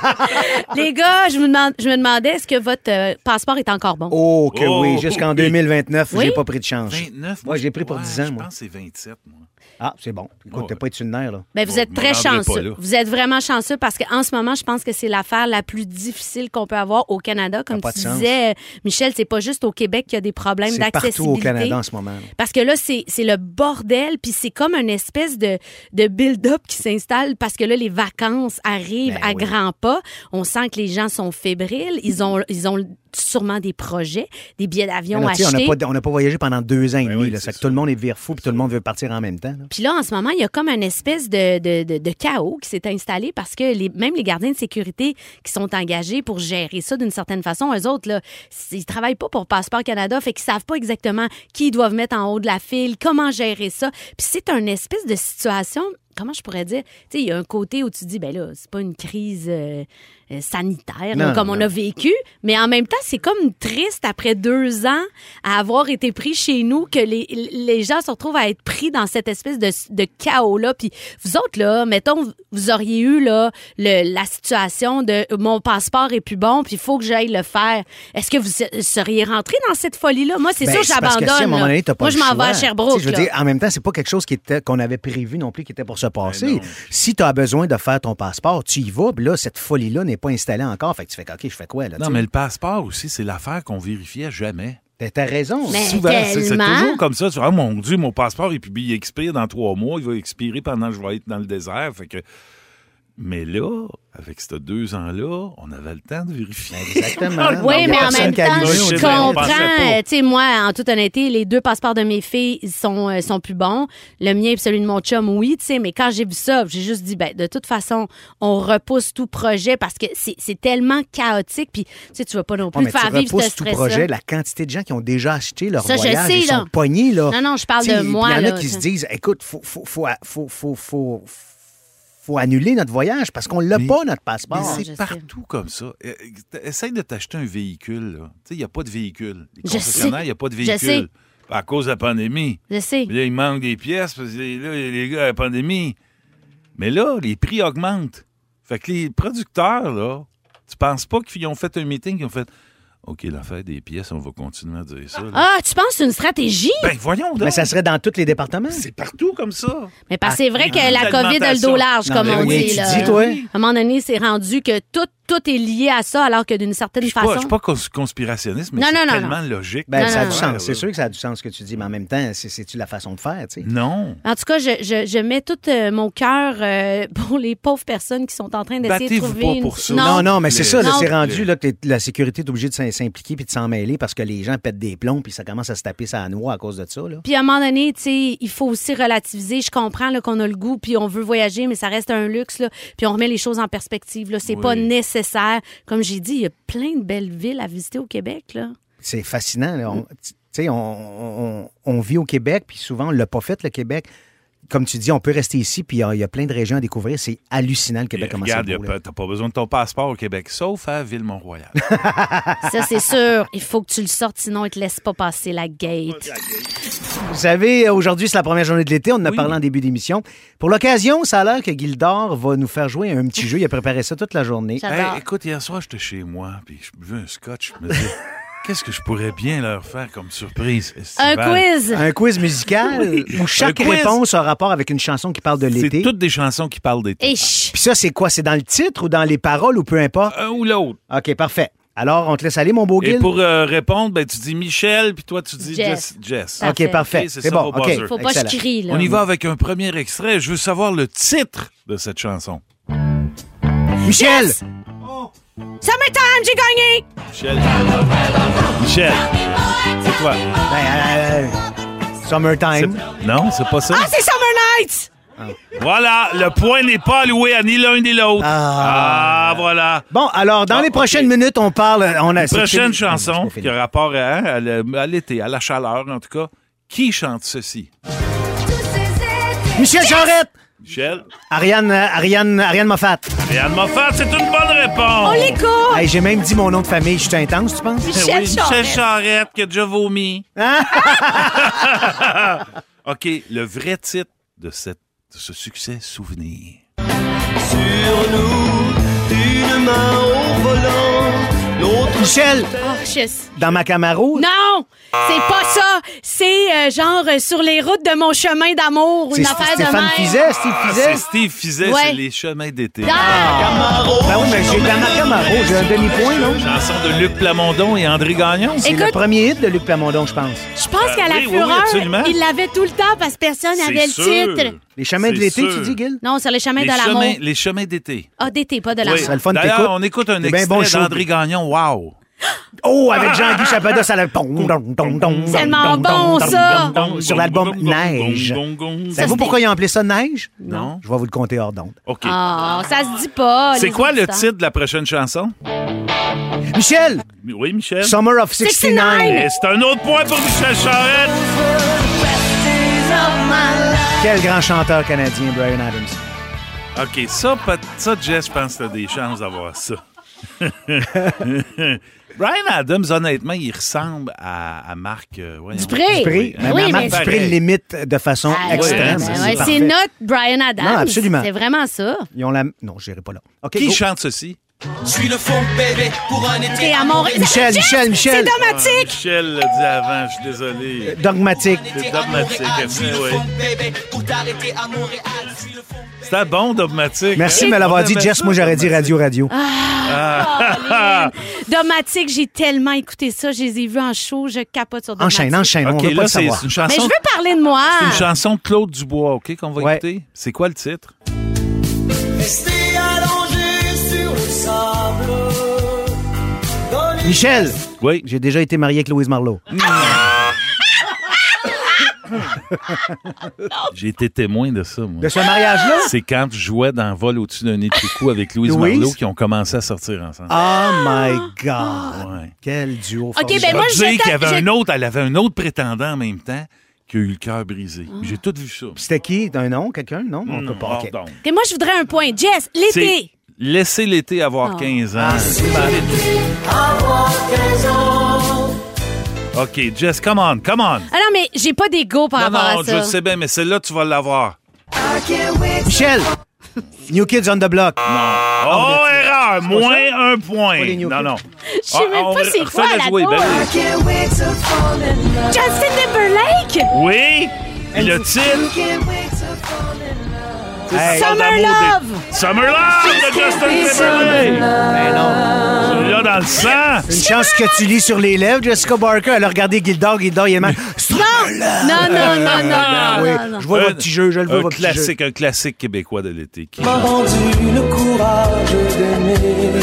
C: Les gars, je, vous demande, je me demandais, est-ce que votre euh, passeport est encore bon?
B: Oh, que
D: Oh,
B: oui. Jusqu'en
D: oui.
B: 2029,
C: Oui.
B: j'ai pas pris de change.
D: 29,
B: Moi, j'ai pris pour
D: ouais,
B: 10 ans,
D: Je
B: moi.
D: pense que c'est 27, moi.
B: Ah, c'est bon. Écoute,
D: Ouais.
B: t'as pas été une nerf, là.
C: Ben, vous
D: Bon,
C: êtes
D: je
C: très
D: m'en rendrai pas
C: chanceux.
D: là.
C: Vous êtes vraiment chanceux parce qu'en ce moment, je pense que c'est l'affaire la plus difficile qu'on peut avoir au Canada. Comme
B: pas de
C: tu
B: sens.
C: disais, euh, Michel, c'est pas juste au Québec qu'il y a des problèmes
B: C'est partout au
C: d'accessibilité.
B: Canada en ce moment. là.
C: Parce que là, c'est c'est le bordel, puis c'est comme une espèce de, de build-up qui s'installe parce que là, les vacances arrivent
B: Ben
C: à
B: oui.
C: grands pas. On sent que les gens sont fébriles. Ils ont, ils ont sûrement des projets, des billets d'avion
B: Non, Ben, tu sais,
C: achetés.
B: on n'a pas, on n'a pas voyagé pendant deux ans et
D: Ben
B: demi.
D: oui,
B: là.
D: c'est
B: Ça fait que
D: ça.
B: tout le monde est vire fou puis tout le monde veut partir en même temps. là.
C: Puis là, en ce moment, il y a comme une espèce de, de, de- de chaos qui s'est installé parce que les, même les gardiens de sécurité qui sont engagés pour gérer ça d'une certaine façon, eux autres, là, s- ils travaillent pas pour Passeport Canada, fait qu'ils savent pas exactement qui ils doivent mettre en haut de la file, comment gérer ça. Puis c'est une espèce de situation... Comment je pourrais dire? Tu sais, il y a un côté où tu dis, ben là, c'est pas une crise euh, euh, sanitaire
B: Non,
C: là, comme on
B: non.
C: a vécu, mais en même temps, c'est comme triste après deux ans à avoir été pris chez nous que les, les gens se retrouvent à être pris dans cette espèce de, de chaos-là. Puis vous autres, là, mettons, vous auriez eu là, le- la situation de euh, mon passeport est plus bon, puis il faut que j'aille le faire. Est-ce que vous se- seriez rentré dans cette folie-là? Moi, c'est
B: Ben,
C: sûr que
B: parce
C: j'abandonne.
B: que si, à un moment
C: là.
B: donné, t'as pas
C: Moi,
B: le
C: je m'en vais
B: choix.
C: à Sherbrooke.
B: Tu sais, Je veux
C: là.
B: dire, en même temps, c'est pas quelque chose qui était qu'on avait prévu non plus, qui était pour
D: Ben
B: se passer. si tu as besoin de faire ton passeport, tu y vas. Puis là, cette folie-là n'est pas installée encore. Fait que tu fais, OK, je fais quoi là
D: Non, mais le passeport aussi, c'est l'affaire qu'on vérifiait jamais.
B: mais... T'as raison.
C: Mais
D: Souvent, c'est c'est
C: tellement.
D: toujours comme ça. Tu vois, Ah, mon Dieu, mon passeport, et puis il expire dans trois mois, il va expirer pendant que je vais être dans le désert. Fait que... Mais là, avec ces deux ans-là, on avait le temps de vérifier.
B: Ben, Exactement.
C: Oui,
B: Ah, Non, y a
C: mais en
B: personne
C: même
B: qui a
C: temps,
B: allumé
C: je
B: au début.
D: on
C: comprends.
D: pensait pas.
C: Euh, Tu sais, moi, en toute honnêteté, les deux passeports de mes filles ils sont, euh, sont plus bons. Le mien et celui de mon chum, oui, tu sais, mais quand j'ai vu ça, j'ai juste dit, ben, de toute façon, on repousse tout projet parce que c'est c'est tellement chaotique. Puis, tu sais, tu vas pas non
B: Ouais,
C: plus
B: mais
C: faire
B: tu
C: vivre ce
B: repousses tout projet,
C: stress-là.
B: la quantité de gens qui ont déjà acheté leur
C: Ça, je
B: voyage,
C: sais,
B: ils
C: là.
B: sont pognés, là.
C: Non, non, je parle
B: Tu sais,
C: de moi,
B: puis Il y en
C: là,
B: a qui se
C: ça.
B: disent, écoute, faut, faut, faut, faut, faut, faut, faut annuler notre voyage parce qu'on l'a
D: Mais-
B: pas, notre
D: Mais
B: passeport.
C: Ah, je sais.
D: c'est partout comme ça. Euh, euh, Essaye de t'acheter un véhicule. là. Tu sais, il n'y a pas de véhicule. Les
C: Je
D: concessionnaires,
C: sais.
D: il n'y a pas de
C: Je sais.
D: véhicule. À cause de la pandémie.
C: Je sais.
D: Puis là, il manque des pièces parce que là, les gars, la pandémie. Mais là, les prix augmentent. Fait que les producteurs, là, tu penses pas qu'ils ont fait un meeting, qu'ils ont fait OK, l'affaire des pièces, on va continuer à dire ça. là.
C: Ah, tu penses une stratégie?
D: Ben voyons donc.
B: Mais ça serait dans tous les départements.
D: C'est partout comme ça.
C: Mais parce que c'est vrai que
D: Ah,
C: la COVID a le dos large,
B: Non,
C: comme
B: mais
C: on
B: oui,
C: dit.
B: tu
C: là.
B: dis, toi.
C: À un moment donné, c'est rendu que tout, tout est lié à ça, alors que d'une certaine
D: Je suis pas,
C: façon.
D: je suis pas cons- conspirationniste, mais
C: Non,
D: c'est
C: non, non,
D: tellement logique.
B: Ben,
C: Non,
B: ça a
C: non,
B: du
C: non.
B: sens. C'est sûr que ça a du sens ce que tu dis, mais en même temps, c'est- c'est-tu la façon de faire, tu sais?
D: Non.
C: En tout cas, je, je, je mets tout euh, mon cœur euh, pour les pauvres personnes qui sont en train d'essayer de
D: Battez-vous
C: trouver
D: pas
C: une...
D: pour ça.
C: Non,
B: Non, non, mais c'est
D: Le-
B: ça, là,
C: non.
B: c'est rendu là, que les- la sécurité est obligée de s'im- s'impliquer puis de s'en mêler parce que les gens pètent des plombs puis ça commence à se taper sa noix à cause de ça. Là.
C: Puis à un moment donné, tu sais, il faut aussi relativiser. Je comprends là, qu'on a le goût, puis on veut voyager, mais ça reste un luxe. Là. Puis on remet les choses en perspective. Là. C'est
D: Oui.
C: pas nécessaire. Comme j'ai dit, il y a plein de belles villes à visiter au Québec. Là.
B: C'est fascinant. là.
D: Mm.
B: On, tu sais, on, on- on vit au Québec puis souvent, on l'a pas fait, le Québec. Comme tu dis, on peut rester ici puis il y a- il y, a plein de régions à découvrir. C'est hallucinant, le Québec, comment
D: Eh, Regarde,
B: c'est
D: y a
B: beau, là.
D: pas- t'as pas besoin de ton passeport au Québec, sauf à Ville-Mont-Royal.
C: Ça, c'est sûr. Il faut que tu le sortes, sinon, ils te laissent pas passer la gate.
B: Vous savez, aujourd'hui, c'est la première journée de l'été. On en a
D: Oui.
B: parlé en début d'émission. Pour l'occasion, ça a l'air que Gildor va nous faire jouer à un petit jeu. Il a préparé ça toute la journée.
C: J'adore.
D: Hey, écoute, hier soir, j'étais chez moi, puis je buvais un scotch. Je me disais, qu'est-ce que je pourrais bien leur faire comme surprise?
C: Un
D: estivale?
C: quiz!
B: Un quiz musical où chaque
D: Un quiz.
B: réponse a rapport avec une chanson qui parle de
D: C'est
B: l'été.
D: toutes des chansons qui parlent d'été.
C: Ish.
B: Puis ça, c'est quoi? C'est dans le titre ou dans les paroles ou peu importe?
D: Un ou l'autre.
B: OK, parfait. Alors, on te laisse aller, mon beau
D: Et
B: Gil?
D: pour euh, répondre, ben, tu dis Michel, puis toi, tu dis
C: Jess.
D: Jess. Jess.
C: Ah.
B: OK, parfait.
D: Ok, c'est
B: c'est
D: ça,
B: bon.
D: vos
B: OK.
D: buzzers.
C: Faut pas que
B: Excellent.
C: je crie. Là.
D: On y va avec un premier extrait. Je veux savoir le titre de cette chanson.
B: Michel!
C: Summertime, j'ai gagné!
D: Michel. Michel. C'est toi.
B: Ben, euh, summertime.
D: C'est- Non, c'est pas ça. Ah.
C: Ah, c'est Summer Nights!
D: Voilà, le point n'est pas alloué à ni l'un ni l'autre.
B: Ah.
D: Ah, voilà.
B: Bon, alors, dans
D: Ah,
B: les
D: OK.
B: prochaines minutes, on parle... On a, c'est-
D: Prochaine
B: c'est-
D: chanson
B: c'est
D: qui
B: pas
D: a
B: fini.
D: rapport à, hein, à le- à l'été, à la chaleur en tout cas. Qui chante ceci?
B: Michel Jarrette!
D: Michel?
B: Ariane, euh, Ariane, Ariane Moffat.
D: Ariane Moffat, c'est une bonne réponse!
C: On l'écoute!
B: Hey, J'ai même dit mon nom de famille. Je suis intense, tu penses?
D: Eh oui,
C: Michel Charette.
D: Charette qui a déjà vomi. OK, le vrai titre de, cette, de ce succès souvenir.
B: Michel,
C: Ah, je- Oh,
B: dans ma Camaro.
C: Non! C'est pas
D: Ah.
C: ça. C'est euh, genre euh, sur les routes de mon chemin d'amour ou
B: C'est
C: une affaire de
B: Stéphane
C: même.
B: Fizet, Steve
D: Ah,
B: Fizet.
D: c'est Steve Fizet,
C: Ouais.
D: c'est les chemins d'été.
C: Ah!
B: Ben oui, mais j'ai Bernard Camaro, j'ai un demi-point, non?
D: Chanson de Luc Plamondon et André Gagnon.
B: C'est le
C: Écoute-
B: premier hit de Luc Plamondon, je pense.
C: Je pense qu'à la
D: Ben oui, oui,
C: fureur,
D: absolument.
C: il l'avait tout le temps parce que personne
D: C'est
C: n'avait le
D: sûr.
C: titre.
B: Les chemins de
D: C'est
B: l'été, tu
D: sûr.
B: dis, Gil?
C: Non, sur les chemins
D: Les
C: de l'amour.
D: chemins, les chemins d'été.
C: Ah, d'été, pas de
D: Oui.
C: l'amour.
B: serait le fun, t'écoutes.
D: D'ailleurs, on écoute un
B: C'est bien
D: extrait
B: Eh ben, bon show.
D: d'André Gagnon. Wow!
B: Oh, avec Jean-Guy Chapada, ça le... Don, don, don, don,
C: Tellement
B: don, don,
C: bon, ça.
B: don, don, Sur l'album Neige. Savez-vous
C: c'était-
B: pourquoi ils ont appelé ça Neige?
D: Non.
B: Je vais vous le compter hors d'onde.
D: OK.
C: Ah, ça se dit pas.
D: C'est
C: les
D: quoi le
C: auditeurs.
D: titre de la prochaine chanson?
B: Michel,
D: Oui, Michel.
B: Summer of 69.
D: Et c'est un autre point pour Michel Charette.
B: Quel grand chanteur canadien, Brian Adams.
D: OK, ça, peut- ça, Jess, je pense que t'as des chances d'avoir ça. Brian Adams, honnêtement, il ressemble à, à Marc... euh, voyons. Ben,
C: Dupré.
B: Dupré,
C: Oui,
B: mais
C: oui,
B: Marc
C: mais-
B: Dupré
D: Pareil.
B: limite de façon
C: Ah,
B: extrême.
C: ouais,
B: ça,
C: ouais,
B: c'est
C: ouais,
B: parfait.
C: c'est notre Brian Adams.
B: Non, absolument.
C: C'est vraiment ça.
B: Ils ont la... Non, j'irai pas là. OK,
D: Qui
B: go.
D: chante ceci?
I: Je suis le faux bébé pour un été
C: Et à Montréal.
B: Michel, Michel, Michel.
C: C'est dramatique.
D: Michel l'a dit avant, je suis désolé.
B: Dogmatique.
D: C'est dogmatique,
I: Je suis le
D: oui.
I: faux bébé pour t'arrêter à Montréal. Je suis le faux bébé.
D: C'était bon, dogmatique.
B: Merci
D: hein?
B: de me l'avoir
D: On
B: dit,
D: aimait
B: Jess.
D: ça,
B: Moi, j'aurais dit
D: dogmatique.
B: Radio Radio.
C: Ah, Domatique, j'ai tellement écouté ça. Je les ai vus en show. Je capote sur Domatique.
B: Enchaîne, enchaîne. on
D: OK,
B: veut pas
D: là,
B: le
D: c'est
B: savoir.
D: c'est une
C: Mais je
D: chanson...
C: veux parler de moi.
D: C'est une chanson de Claude Dubois, OK, qu'on va
B: Ouais.
D: écouter. C'est quoi le titre?
I: Rester allongé sur le sable. Dans les
B: Michel,
D: Oui.
B: j'ai déjà été marié avec Louise Marlowe.
D: J'ai été témoin de ça, moi.
B: De ce mariage-là?
D: C'est quand je jouais dans Vol au-dessus d'un nid de coucou avec Louise,
B: Louise?
D: Marleau qui ont commencé à sortir ensemble.
B: Oh my God!
D: Ouais.
B: Quel duo
C: Ah. OK,
B: formidable.
C: ben moi, je
D: Dire
C: vais
D: qu'il y avait
C: t'a- je-
D: un autre, elle avait un autre prétendant en même temps qui a eu le cœur brisé.
C: Ah.
D: J'ai tout vu ça.
B: C'était qui? Un nom? Quelqu'un? Non? On peut pas.
D: Hors
B: OK.
D: d'onde.
C: Et moi, je voudrais un point. Jess, l'été.
D: C'est laisser l'été
C: Ah.
D: avoir 15
B: Ah,
D: ans. OK, Jess, come on, come on.
C: Ah non, mais j'ai pas d'ego par
D: Non,
C: rapport
D: non,
C: à
D: je
C: ça.
D: le sais bien, mais celle-là, tu vas l'avoir.
B: Michel! New Kids on the Block. Ah,
D: Oh, erreur! Moins un
B: Pas
D: point.
B: les
D: Non, non.
C: Je sais
D: Ah,
C: même pas c'est quoi, la
D: jouer. ben
C: tour. Justin Timberlake.
D: oui. Et le titre?
B: Hey,
C: Summer Love.
D: Summer Love de Justin Timberlake.
B: ben non.
D: Là, dans le sang.
B: Une chance que tu lis sur les lèvres, Jessica Barker. Elle a regardé Gildor, Gildor, il est mal.
C: Non, non, non, non, non,
B: Oui,
C: non, non.
B: je vois
D: Un-
B: votre petit jeu, je le vois,
D: un
B: votre petit jeu.
D: classique, un classique québécois de l'été. qui-
I: m'a rendu le courage d'aimer.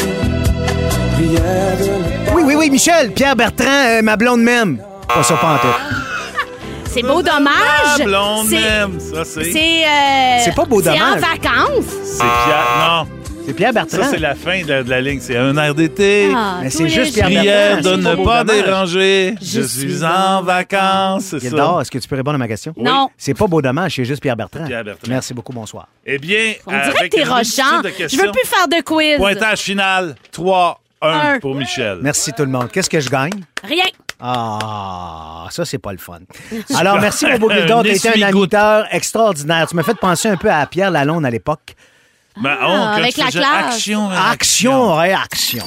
I: Prière de ne
B: Oui, oui, oui, Michel, Pierre Bertrand, euh, ma blonde même. Pas ça, pas en
C: Ah.
B: tout.
C: C'est beau
D: Ah,
C: dommage.
D: blonde
C: C'est-
D: même. Ça, c'est.
C: C'est euh,
B: C'est pas beau
C: C'est en
B: dommage.
C: vacances.
D: C'est Pierre. Non,
B: C'est Pierre
D: ça,
B: Bertrand.
D: c'est la fin de la, de la ligne. C'est un air d'été.
C: Hein? Ah,
B: Mais
C: tous
B: c'est
C: les
B: juste
C: jours.
B: Pierre
D: Prière de
B: Bertrand, c'est
D: ne
B: pas
D: pas
B: beau dommage.
D: déranger. Je suis en vacances. C'est ça.
B: Gildor, est-ce que tu peux répondre à ma question?
C: Non.
B: C'est pas beau dommage, c'est juste Pierre Bertrand.
D: Pierre Bertrand.
B: Merci beaucoup, bonsoir.
D: Eh bien,
C: On dirait
D: avec
C: que t'es
D: une multitude
C: rochant.
D: de
C: Je
D: questions,
C: veux plus faire de quiz.
D: Pointage final 3-1 pour Michel.
B: Merci tout le monde. Qu'est-ce que je gagne?
C: Rien.
B: Ah, ça, c'est pas le fun. Alors, merci, mon beau Gildor.
D: Un
B: T'as été un
D: essuie-goutte.
B: amateur extraordinaire. Tu m'as fait penser un peu à Pierre Lalonde à l'époque.
D: Ma
B: Ah,
D: honte,
C: avec
D: Ben, je
C: la
D: faisais
C: classe.
D: Action,
B: Action, réaction.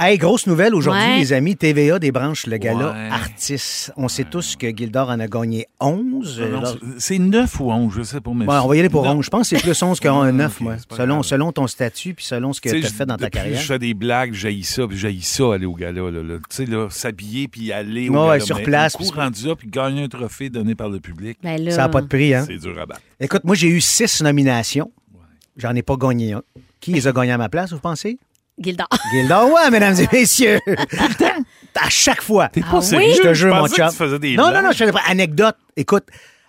B: Hey, grosse nouvelle aujourd'hui,
C: Ouais.
B: les amis. TVA débranche le gala
D: Ouais.
B: artiste. On sait tous que Gildor en a gagné 11.
D: Ah Non,
B: Alors,
D: c'est- C'est 9 ou 11, je sais pas. Mais
B: bon, on va y aller pour 11. Je pense que c'est plus 11 que 9, moi.
D: c'est pas
B: Selon,
D: grave.
B: selon ton statut puis selon ce que
D: Tu sais,
B: tu as
D: je-
B: fait dans ta
D: depuis,
B: carrière.
D: Je fais des blagues, j'haïs ça, puis j'haïs ça aller au gala. Là, là. Tu sais, là, s'habiller, puis aller au
B: Ouais,
D: gala.
B: ouais, sur
D: mais
B: place,
D: Un coup
B: puis-
D: rendu là, puis gagner un trophée donné par le public,
C: Ben là.
B: Ça n'a pas de prix, hein?
D: c'est dur à battre.
B: Écoute, moi, j'ai eu six nominations. J'en ai pas gagné un. Qui les a gagnés à ma place, vous pensez?
C: Gildan.
B: Gildor, ouais, mesdames et messieurs. à chaque fois.
D: T'es pas
C: oui?
D: sérieux?
B: Je te jure,
D: pensais
B: mon
D: que
B: chum.
D: tu faisais des
B: non, non,
D: blagues.
B: non, je faisais pas. Anecdote. Écoute,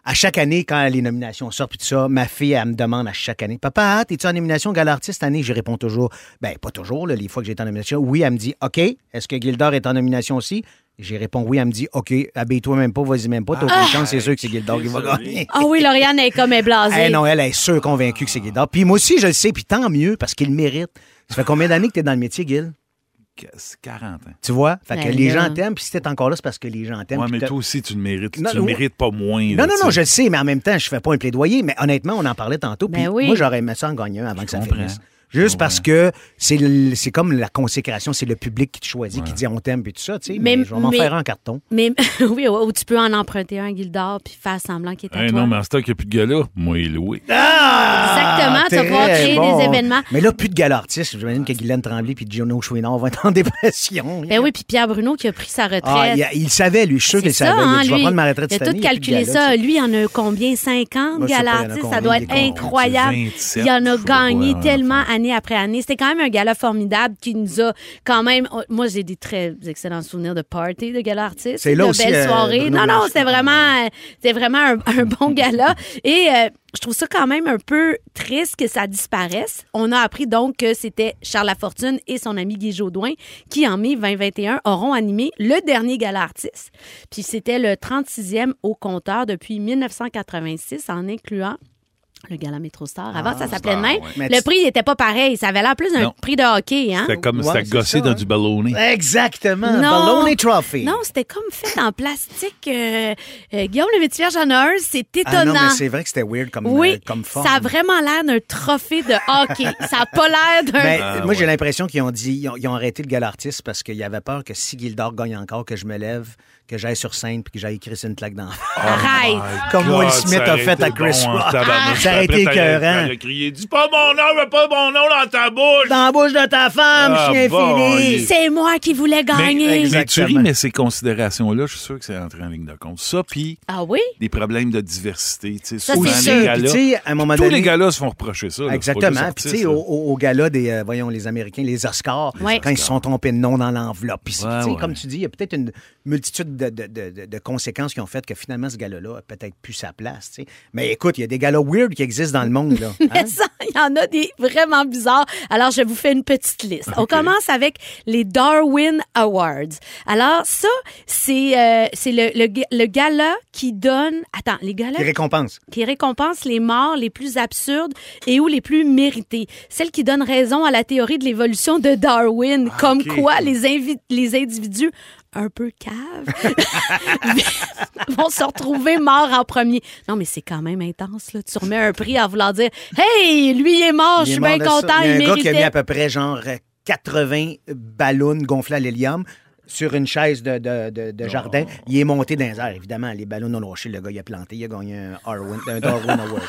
B: à chaque année, quand les nominations sortent puis tout ça, ma fille, elle me demande à chaque année Papa, t'es-tu en nomination au Gala Artiste cette année Je réponds toujours Ben, pas toujours, là, les fois que j'ai été en nomination. Oui, elle me dit OK, est-ce que Gildor est en nomination aussi J'y réponds oui, elle me dit OK, habille-toi même pas, vas-y même pas, t'as aucune chance, c'est sûr que c'est Gildor qui va gagner.
C: Ah oui, Lauriane est comme éblasée.
B: Eh non, elle est sûre convaincue que c'est Gildor. Puis moi aussi, je le sais, puis tant mieux, parce qu'il le mérite. Ça fait combien d'années que t'es dans le métier, Gil?
D: Qu- c'est 40 ans.
B: Tu vois? Fait que
C: Ben
B: les
C: là.
B: gens t'aiment, puis si t'es encore là, c'est parce que les gens t'aiment.
D: Ouais,
B: puis
D: mais
B: t'as-
D: toi aussi, tu le mérites.
B: Non,
D: tu le
B: ouais.
D: mérites pas moins.
B: Non,
D: là,
B: non,
D: tu
B: non, je
D: sais.
B: le sais, mais en même temps, je fais pas un plaidoyer. Mais honnêtement, on en parlait tantôt. Puis
C: Ben oui.
B: Moi, j'aurais aimé ça en gagner un avant que ça
D: comprends.
B: finisse. Juste parce que c'est le- c'est comme la consécration, c'est le public qui te choisit, qui dit on t'aime et tout ça, tu sais. Mais,
C: Mais-
B: je vais m'en
C: mais-
B: faire un carton.
C: Mais oui, ou, ou tu peux en emprunter un, Gildor, puis faire semblant qu'il est à
D: Hey,
C: toi.
D: Eh
B: hein.
D: non, mais en stock, il n'y a plus de gars-là. Moi, il est loué.
C: Exactement, Ah, tu vas pouvoir
B: Ah, Très
C: créer
B: bon.
C: des événements.
B: Mais là, plus de gala artiste. J'imagine que Guylaine Tremblay puis Gino Chouinard vont être en dépression.
C: Ben oui, puis Pierre Bruno qui a pris sa retraite.
B: Ah, il, il savait, lui. Je suis sûr
C: C'est
B: qu'il
C: ça,
B: savait. Il a
C: hein,
B: dit, je vais
C: lui.
B: prendre ma retraite
C: Il
B: cette
C: a
B: année.
C: tout
B: il y a plus de
C: calculé
B: gala, tu
C: ça.
B: sais.
C: Lui, il y en a combien? 50
B: Moi, je sais pas, il y en a
C: galartistes? Ça
B: combien,
C: doit
B: des
C: être
B: cons-
C: incroyable.
D: 27,
C: il en a
D: je sais pas,
C: gagné
D: ouais,
C: tellement
D: enfin.
C: année après année. C'était quand même un gala formidable qui nous a quand même... oh, Moi, j'ai des très excellents souvenirs de party de gala artiste.
B: C'est là
C: de
B: aussi,
C: belles
B: euh,
C: soirées.
B: Bruno
C: non, non,
B: Blanchet.
C: c'était vraiment, euh, c'était vraiment un, un bon gala. Et euh, je trouve ça quand même un peu triste que ça disparaisse. On a appris donc que c'était Charles Lafortune et son ami Guy Jodoin qui, en mai 2021, auront animé le dernier gala artiste. Puis c'était le 36e au compteur depuis 1986, en incluant le gala Métro Star. Avant, ça s'appelait de même.
D: ouais.
B: Ah, Mais
C: Le
B: tu-
C: prix n'était pas pareil. Ça avait l'air plus un
D: Non.
C: prix de hockey, hein?
D: C'était comme
B: Ouais,
D: c'était
B: c'est
D: gossé
B: ça,
D: dans
B: hein.
D: du ballonné.
B: Exactement.
C: Non.
B: Baloney Trophy.
C: Non, c'était comme fait en plastique. Euh, euh, Guillaume le métier j'en ai un. C'est étonnant.
B: Ah non, mais c'est vrai que c'était weird comme, euh,
C: oui,
B: comme forme.
C: ça a vraiment l'air d'un trophée de hockey. ça n'a pas l'air d'un...
B: Ben,
D: Ah,
B: moi, j'ai l'impression qu'ils ont dit, ils ont, ils ont arrêté le galartiste parce qu'ils avaient peur que si Gildor gagne encore, que je me lève, que j'aille sur scène puis que j'aille crisser une claque dans
C: Arrête!
B: Comme
D: God,
B: Will Smith
D: Ah, ça
B: a
D: aurait
B: fait
D: été
B: à Chris
D: bon en
B: Rock.
D: tabarnak.
B: Ça aurait été
D: Après, t'aurais-
B: écœurant.
D: t'aurais crié, dis pas mon nom, mais pas mon nom dans ta bouche.
B: Dans la bouche de ta femme,
D: Ah,
B: chien
D: bon,
B: fini!
D: il-
C: C'est moi qui voulais gagner!
D: Mais tu ris,
B: Exactement.
D: mais ces considérations-là, je suis sûr que c'est entré en ligne de compte. Ça, puis
C: Ah oui?
D: des problèmes de diversité. tu sais,
C: Ça,
D: souvent,
C: c'est
D: les
C: sûr.
D: galas-
B: Puis, tu sais, à un moment
D: tous
B: donné-
D: les galas se font reprocher ça. là. C'est pas
B: Exactement.
D: juste
B: Puis, tu
D: artistes,
B: sais,
D: là.
B: au, au- au gala des, euh, voyons, les Américains, les Oscars,
C: Ouais.
B: quand ils se sont trompés de nom dans l'enveloppe. Puis, c'est-
D: Ouais,
B: tu sais,
D: ouais.
B: comme tu dis, il y a peut-être une multitude de, de- de- de- de conséquences qui ont fait que finalement, ce gala-là a peut-être plus sa place. tu sais. Mais écoute, il y a des galas weird qui existent dans le monde. Là, hein?
C: Mais ça, il y en a des vraiment bizarres. Alors, je vous fais une petite liste. On commence avec les Darwin Awards. Alors, ça, c'est euh, c'est le, le, ga- le gala qui donne... Attends, les galas...
B: Des récompenses.
C: qui récompense les morts les plus absurdes et ou les plus méritées. Celle qui donne raison à la théorie de l'évolution de Darwin,
B: Ah,
C: comme quoi les, invi- les individus un peu caves vont se retrouver morts en premier. Non, mais c'est quand même intense. Là. Tu remets un prix à vouloir dire « Hey, lui il est mort,
B: Il
C: je
B: est
C: suis
B: mort
C: bien
B: de ça.
C: content,
B: Il y a un
C: il
B: gars qui a mis à
C: méritait.
B: peu près genre 80 ballons gonflés à l'hélium sur une chaise de, de- de- de jardin. Il est monté dans les airs, évidemment. Les ballons ont lâché. Le gars, il a planté. Il a gagné un, Arwin- un Darwin Award.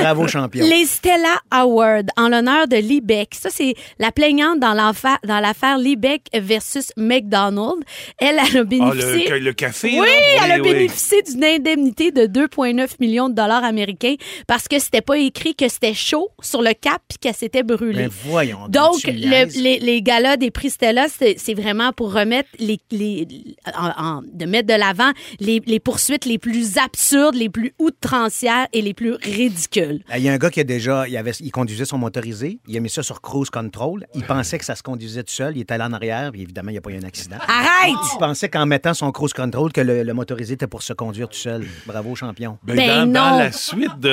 B: Bravo, champion.
C: Les Stella Award en l'honneur de Liebeck. Ça, c'est la plaignante dans l'enfa- dans l'affaire Liebeck versus McDonald. Elle, elle a
D: Ah,
C: bénéficié...
D: le, le café.
C: Oui,
D: là.
C: elle a
D: Oui, oui.
C: bénéficié d'une indemnité de 2,9 millions de dollars américains parce que c'était pas écrit que c'était chaud sur le cap puis qu'elle s'était brûlée.
B: Mais Ben, voyons donc,
C: Donc,
B: tu me
C: le-
B: niaises.
C: les, les galas des prix Stella, c'est c'est vraiment pour remettre les, les en- en- de mettre de l'avant les, les poursuites les plus absurdes, les plus outrancières et les plus ridicules.
B: Ben, Il y a un gars qui a déjà, il, avait, il conduisait son motorisé, il a mis ça sur cruise control, il pensait que ça se conduisait tout seul, il est allé en arrière, puis évidemment, il n'y a pas eu un accident.
D: Ah!
C: Arrête!
B: Il pensait qu'en mettant son cruise control, que le, le motorisé était pour se conduire tout seul. Bravo, champion.
D: Ben,
C: Ben
D: dans, dans
C: non.
D: la suite de.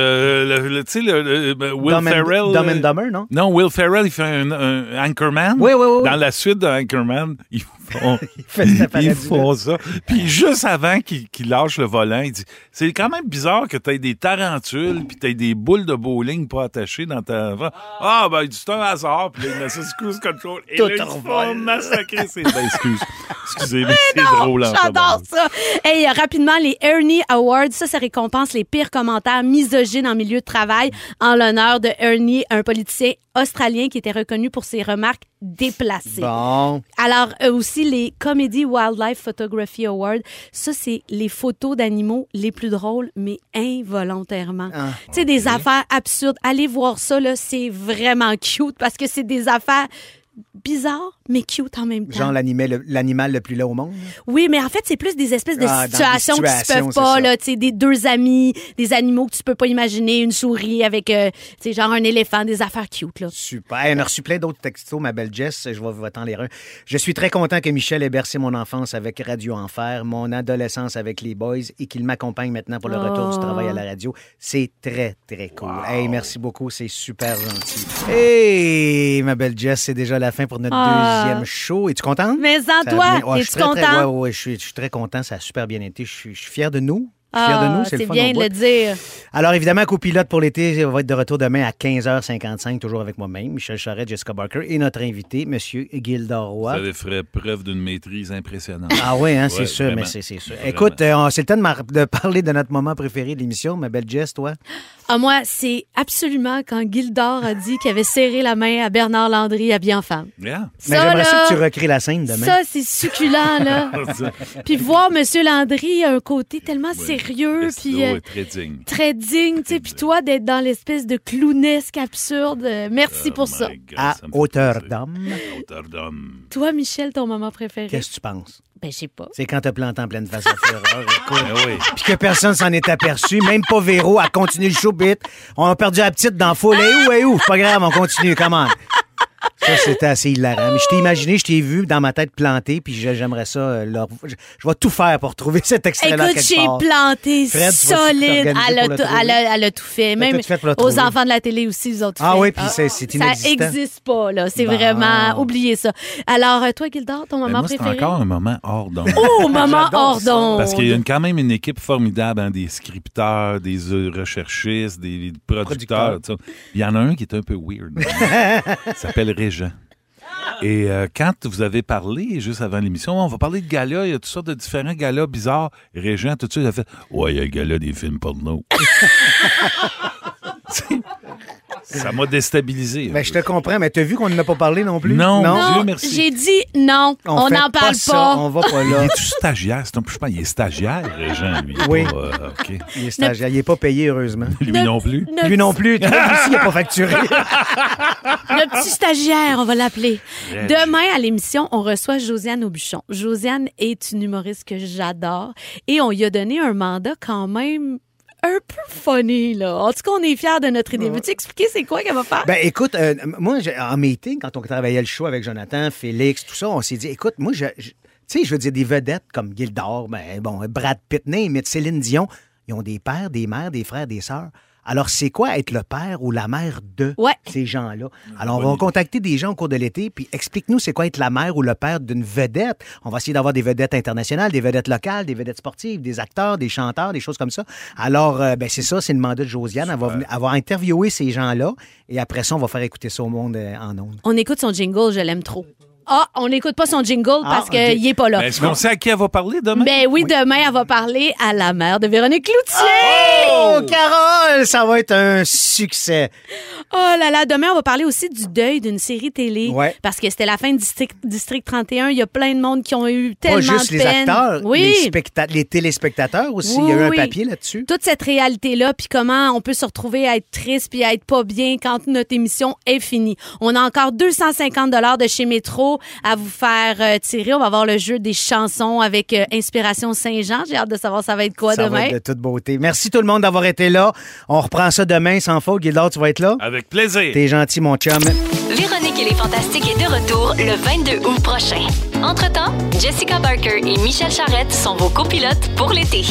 D: le- le- Tu sais, le, le- ben, Will
B: Dumb and-
D: Ferrell.
B: Dumb and
D: euh,
B: Dumber, non?
D: Non, Will Ferrell, il fait un, un Anchorman.
B: Oui, oui, oui, oui.
D: Dans la suite de Anchorman, ils font,
B: fait cet appareil
D: ils font ça. Puis juste avant qu'il qu'il lâche le volant, il dit C'est quand même bizarre que tu aies des tarentules puis tu aies des boules de bowling pas attachées dans ta. Ah, ben, il dit, c'est un hasard. Puis là, il met ça sur cruise control. Et
B: Tout
D: là, ils se
B: en
D: font
B: vol.
D: massacrer ses. Ben, excuse. Excusez, mais c'est drôle en
C: Oh, J'adore
D: tabarnak.
C: ça. Hey, euh, rapidement, les Ernie Awards, ça, ça récompense les pires commentaires misogynes en milieu de travail en l'honneur de Ernie, un politicien australien qui était reconnu pour ses remarques déplacées.
B: Bon.
C: Alors, euh, aussi, les Comedy Wildlife Photography Awards, ça, c'est les photos d'animaux les plus drôles, mais involontairement. Tu sais, des affaires absurdes. Allez voir ça, là, c'est vraiment cute parce que c'est des affaires bizarres, mais cute en même temps.
B: Genre l'animal le, l'animal le plus laid au monde.
C: Oui, mais en fait, c'est plus des espèces de
B: Ah, dans des
C: situations, qui se
B: situations,
C: peuvent
B: c'est
C: pas,
B: ça.
C: là, tu sais, des deux amis, des animaux que tu peux pas imaginer, une souris avec, euh, tu sais, genre un éléphant, des affaires cute, là.
B: Super. Hey, on a reçu plein d'autres textos, ma belle Jess. Je vais vous attendre les uns. Je suis très content que Michel ait bercé mon enfance avec Radio Enfer, mon adolescence avec les Boys et qu'il m'accompagne maintenant pour le retour du travail à la radio. C'est très, très cool. Hey, merci beaucoup. C'est super gentil. Hey, ma belle Jess, c'est déjà la fin pour notre
C: Ah.
B: deuxième show. Es-tu contente?
C: Mais en
B: Ça a
C: toi,
B: bien- Ouais, je
C: es-tu
B: suis très, très-
C: content?
B: ouais, ouais, je, suis, je suis très content. Ça a super bien été. Je suis, je suis fier de nous. fiers de nous.
C: Ah, c'est
B: C'est le fun,
C: bien
B: au
C: de le
B: bout.
C: dire.
B: Alors, évidemment, copilote pour l'été, on va être de retour demain à 15h55, toujours avec moi-même, Michel Charette, Jessica Barker et notre invité, M. Gildor
D: Vous
B: Roy.
D: avez fait preuve d'une maîtrise impressionnante.
B: Ah oui, hein, c'est
D: Ouais,
B: sûr,
D: vraiment.
B: mais c'est c'est sûr.
D: Vraiment.
B: Écoute, euh, on- c'est le temps de, mar- de parler de notre moment préféré de l'émission, ma belle Jess, toi.
C: Ah, moi, c'est absolument quand Gildor a dit qu'il avait serré la main à Bernard Landry habillé en femme.
D: Yeah.
B: Mais
C: Ça,
B: j'aimerais ça
C: là,
B: que tu recrées la scène demain.
C: Ça, c'est succulent, là. puis voir M. Landry a un côté tellement sérieux,
D: Le
C: puis
D: stylo
C: euh,
D: est très digne.
C: très digne, tu sais, puis toi, d'être dans l'espèce de clownesque absurde. euh, Merci pour
D: Oh
C: ça.
D: my God,
B: à
D: ça me fait
B: hauteur
D: plaisir.
B: d'homme,
D: À hauteur d'homme.
C: Toi, Michel, ton moment préféré?
B: qu'est-ce que tu penses?
C: Ben, je sais pas.
B: C'est quand t'as planté en pleine face à Fureur,
D: Ben
B: écoute.
D: oui.
B: Puis que personne s'en est aperçu, même pas Véro, a continué le show bit. On a perdu la petite dans la foule. Eh où, eh où? Pas grave, on continue, comment? Ça, c'était assez hilarant. Mais je t'ai imaginé, je t'ai vu dans ma tête plantée, puis je- j'aimerais ça. euh, leur- Je, je vais tout faire pour trouver cet extrait-là.
C: Écoute,
B: quelque
C: j'ai
B: part.
C: planté
B: Fred, tu vas-tu
C: solide.
B: t'organiser
C: Elle a,
B: pour le
C: tout-
B: trouver?
C: elle a- elle a tout fait.
B: Elle a
C: Même
B: tout fait pour le
C: aux
B: trouver.
C: enfants de la télé aussi, ils ont tout
B: Ah
C: fait.
B: oui, puis c'est- c'est
C: Ça
B: inexistant.
C: n'existe pas, là. C'est
B: Bon.
C: vraiment... Oubliez ça. Alors, euh, toi, Gildor, ton
D: Ben
C: moment
D: moi, c'est
C: préféré?
D: encore un moment hors d'homme.
C: Oh, maman hors d'onde.
D: Parce
B: Oh.
D: qu'il y a une- quand même une équipe formidable, hein, des scripteurs, des euh, recherchistes, des producteurs. tout ça. Il y en a un qui est un peu weird. Il s'appelle Régent. Et euh, quand vous avez parlé, juste avant l'émission, on va parler de galas, il y a toutes sortes de différents galas bizarres. Régent, tout de suite, il a fait « Ouais, il y a le gala des films porno. » Ça m'a déstabilisé. un
B: Ben, je te
D: peu.
B: comprends, mais t'as vu qu'on n'en a pas parlé non plus?
D: Non,
C: Non,
D: Dieu merci.
C: Oh, j'ai dit non, on
B: fait
C: n'en parle
B: ça,
C: pas.
B: on va pas
D: Il
B: là.
D: est-tu stagiaire? C'est un peu- je pense, il est stagiaire, Régent, lui. Il est
B: Oui.
D: pas, euh, OK.
B: Il est stagiaire, il est pas payé, heureusement.
D: Lui
C: Ne-
D: non plus.
C: ne-
B: Lui non plus, tu vois, lui aussi, il n'a pas facturé.
C: Le petit stagiaire, on va l'appeler.
D: Reg.
C: Demain, à l'émission, on reçoit Josiane Aubuchon. Josiane est une humoriste que j'adore et on lui a donné un mandat quand même un peu funny, là. En tout cas, on est fiers de notre idée. Veux-tu expliquer c'est quoi qu'elle va faire?
B: Ben écoute, euh, moi, j'ai- en meeting, quand on travaillait le show avec Jonathan, Félix, tout ça, on s'est dit, écoute, moi, je, je- tu sais, je veux dire, des vedettes comme Gildor, ben, bon, Brad Pitt, mais Céline Dion, ils ont des pères, des mères, des frères, des sœurs. Alors, c'est quoi être le père ou la mère de
C: Ouais.
B: ces gens-là? Alors, on va contacter des gens au cours de l'été, puis explique-nous c'est quoi être la mère ou le père d'une vedette. On va essayer d'avoir des vedettes internationales, des vedettes locales, des vedettes sportives, des acteurs, des chanteurs, des choses comme ça. Alors, euh, ben, c'est ça, c'est le mandat de Josiane. Elle va, venir- elle va interviewer ces gens-là, et après ça, on va faire écouter ça au monde euh, en ondes.
C: On écoute son jingle, je l'aime trop. Ah, on n'écoute pas son jingle
B: Ah,
C: parce
B: ok.
C: qu'il n'est pas là.
D: Ben, Est-ce qu'on sait à qui elle va parler demain?
C: Ben oui, demain, elle va parler à la mère de Véronique Cloutier.
B: Oh, Carole, ça va être un succès.
C: Oh là là, demain, on va parler aussi du deuil d'une série télé.
B: Ouais.
C: Parce que c'était la fin de District, District 31. Il y a plein de monde qui ont eu tellement
B: Pas juste
C: de
B: les
C: peine.
B: acteurs,
C: oui.
B: les, specta- les téléspectateurs aussi.
C: Oui,
B: Il y a eu un
C: oui.
B: papier là-dessus.
C: toute cette réalité-là, puis comment on peut se retrouver à être triste puis à être pas bien quand notre émission est finie. On a encore 250 dollars de chez Métro à vous faire euh, tirer. On va avoir le jeu des chansons avec euh, Inspiration Saint-Jean. J'ai hâte de savoir ça va être quoi
B: ça
C: demain.
B: va être de toute beauté. Merci tout le monde d'avoir été là. On reprend ça demain sans faute. Gildard, tu vas être là?
D: Avec plaisir.
B: T'es gentil, mon chum.
A: Véronique et les Fantastiques est de retour le 22 août prochain. Entre-temps, Jessica Barker et Michel Charrette sont vos copilotes pour l'été.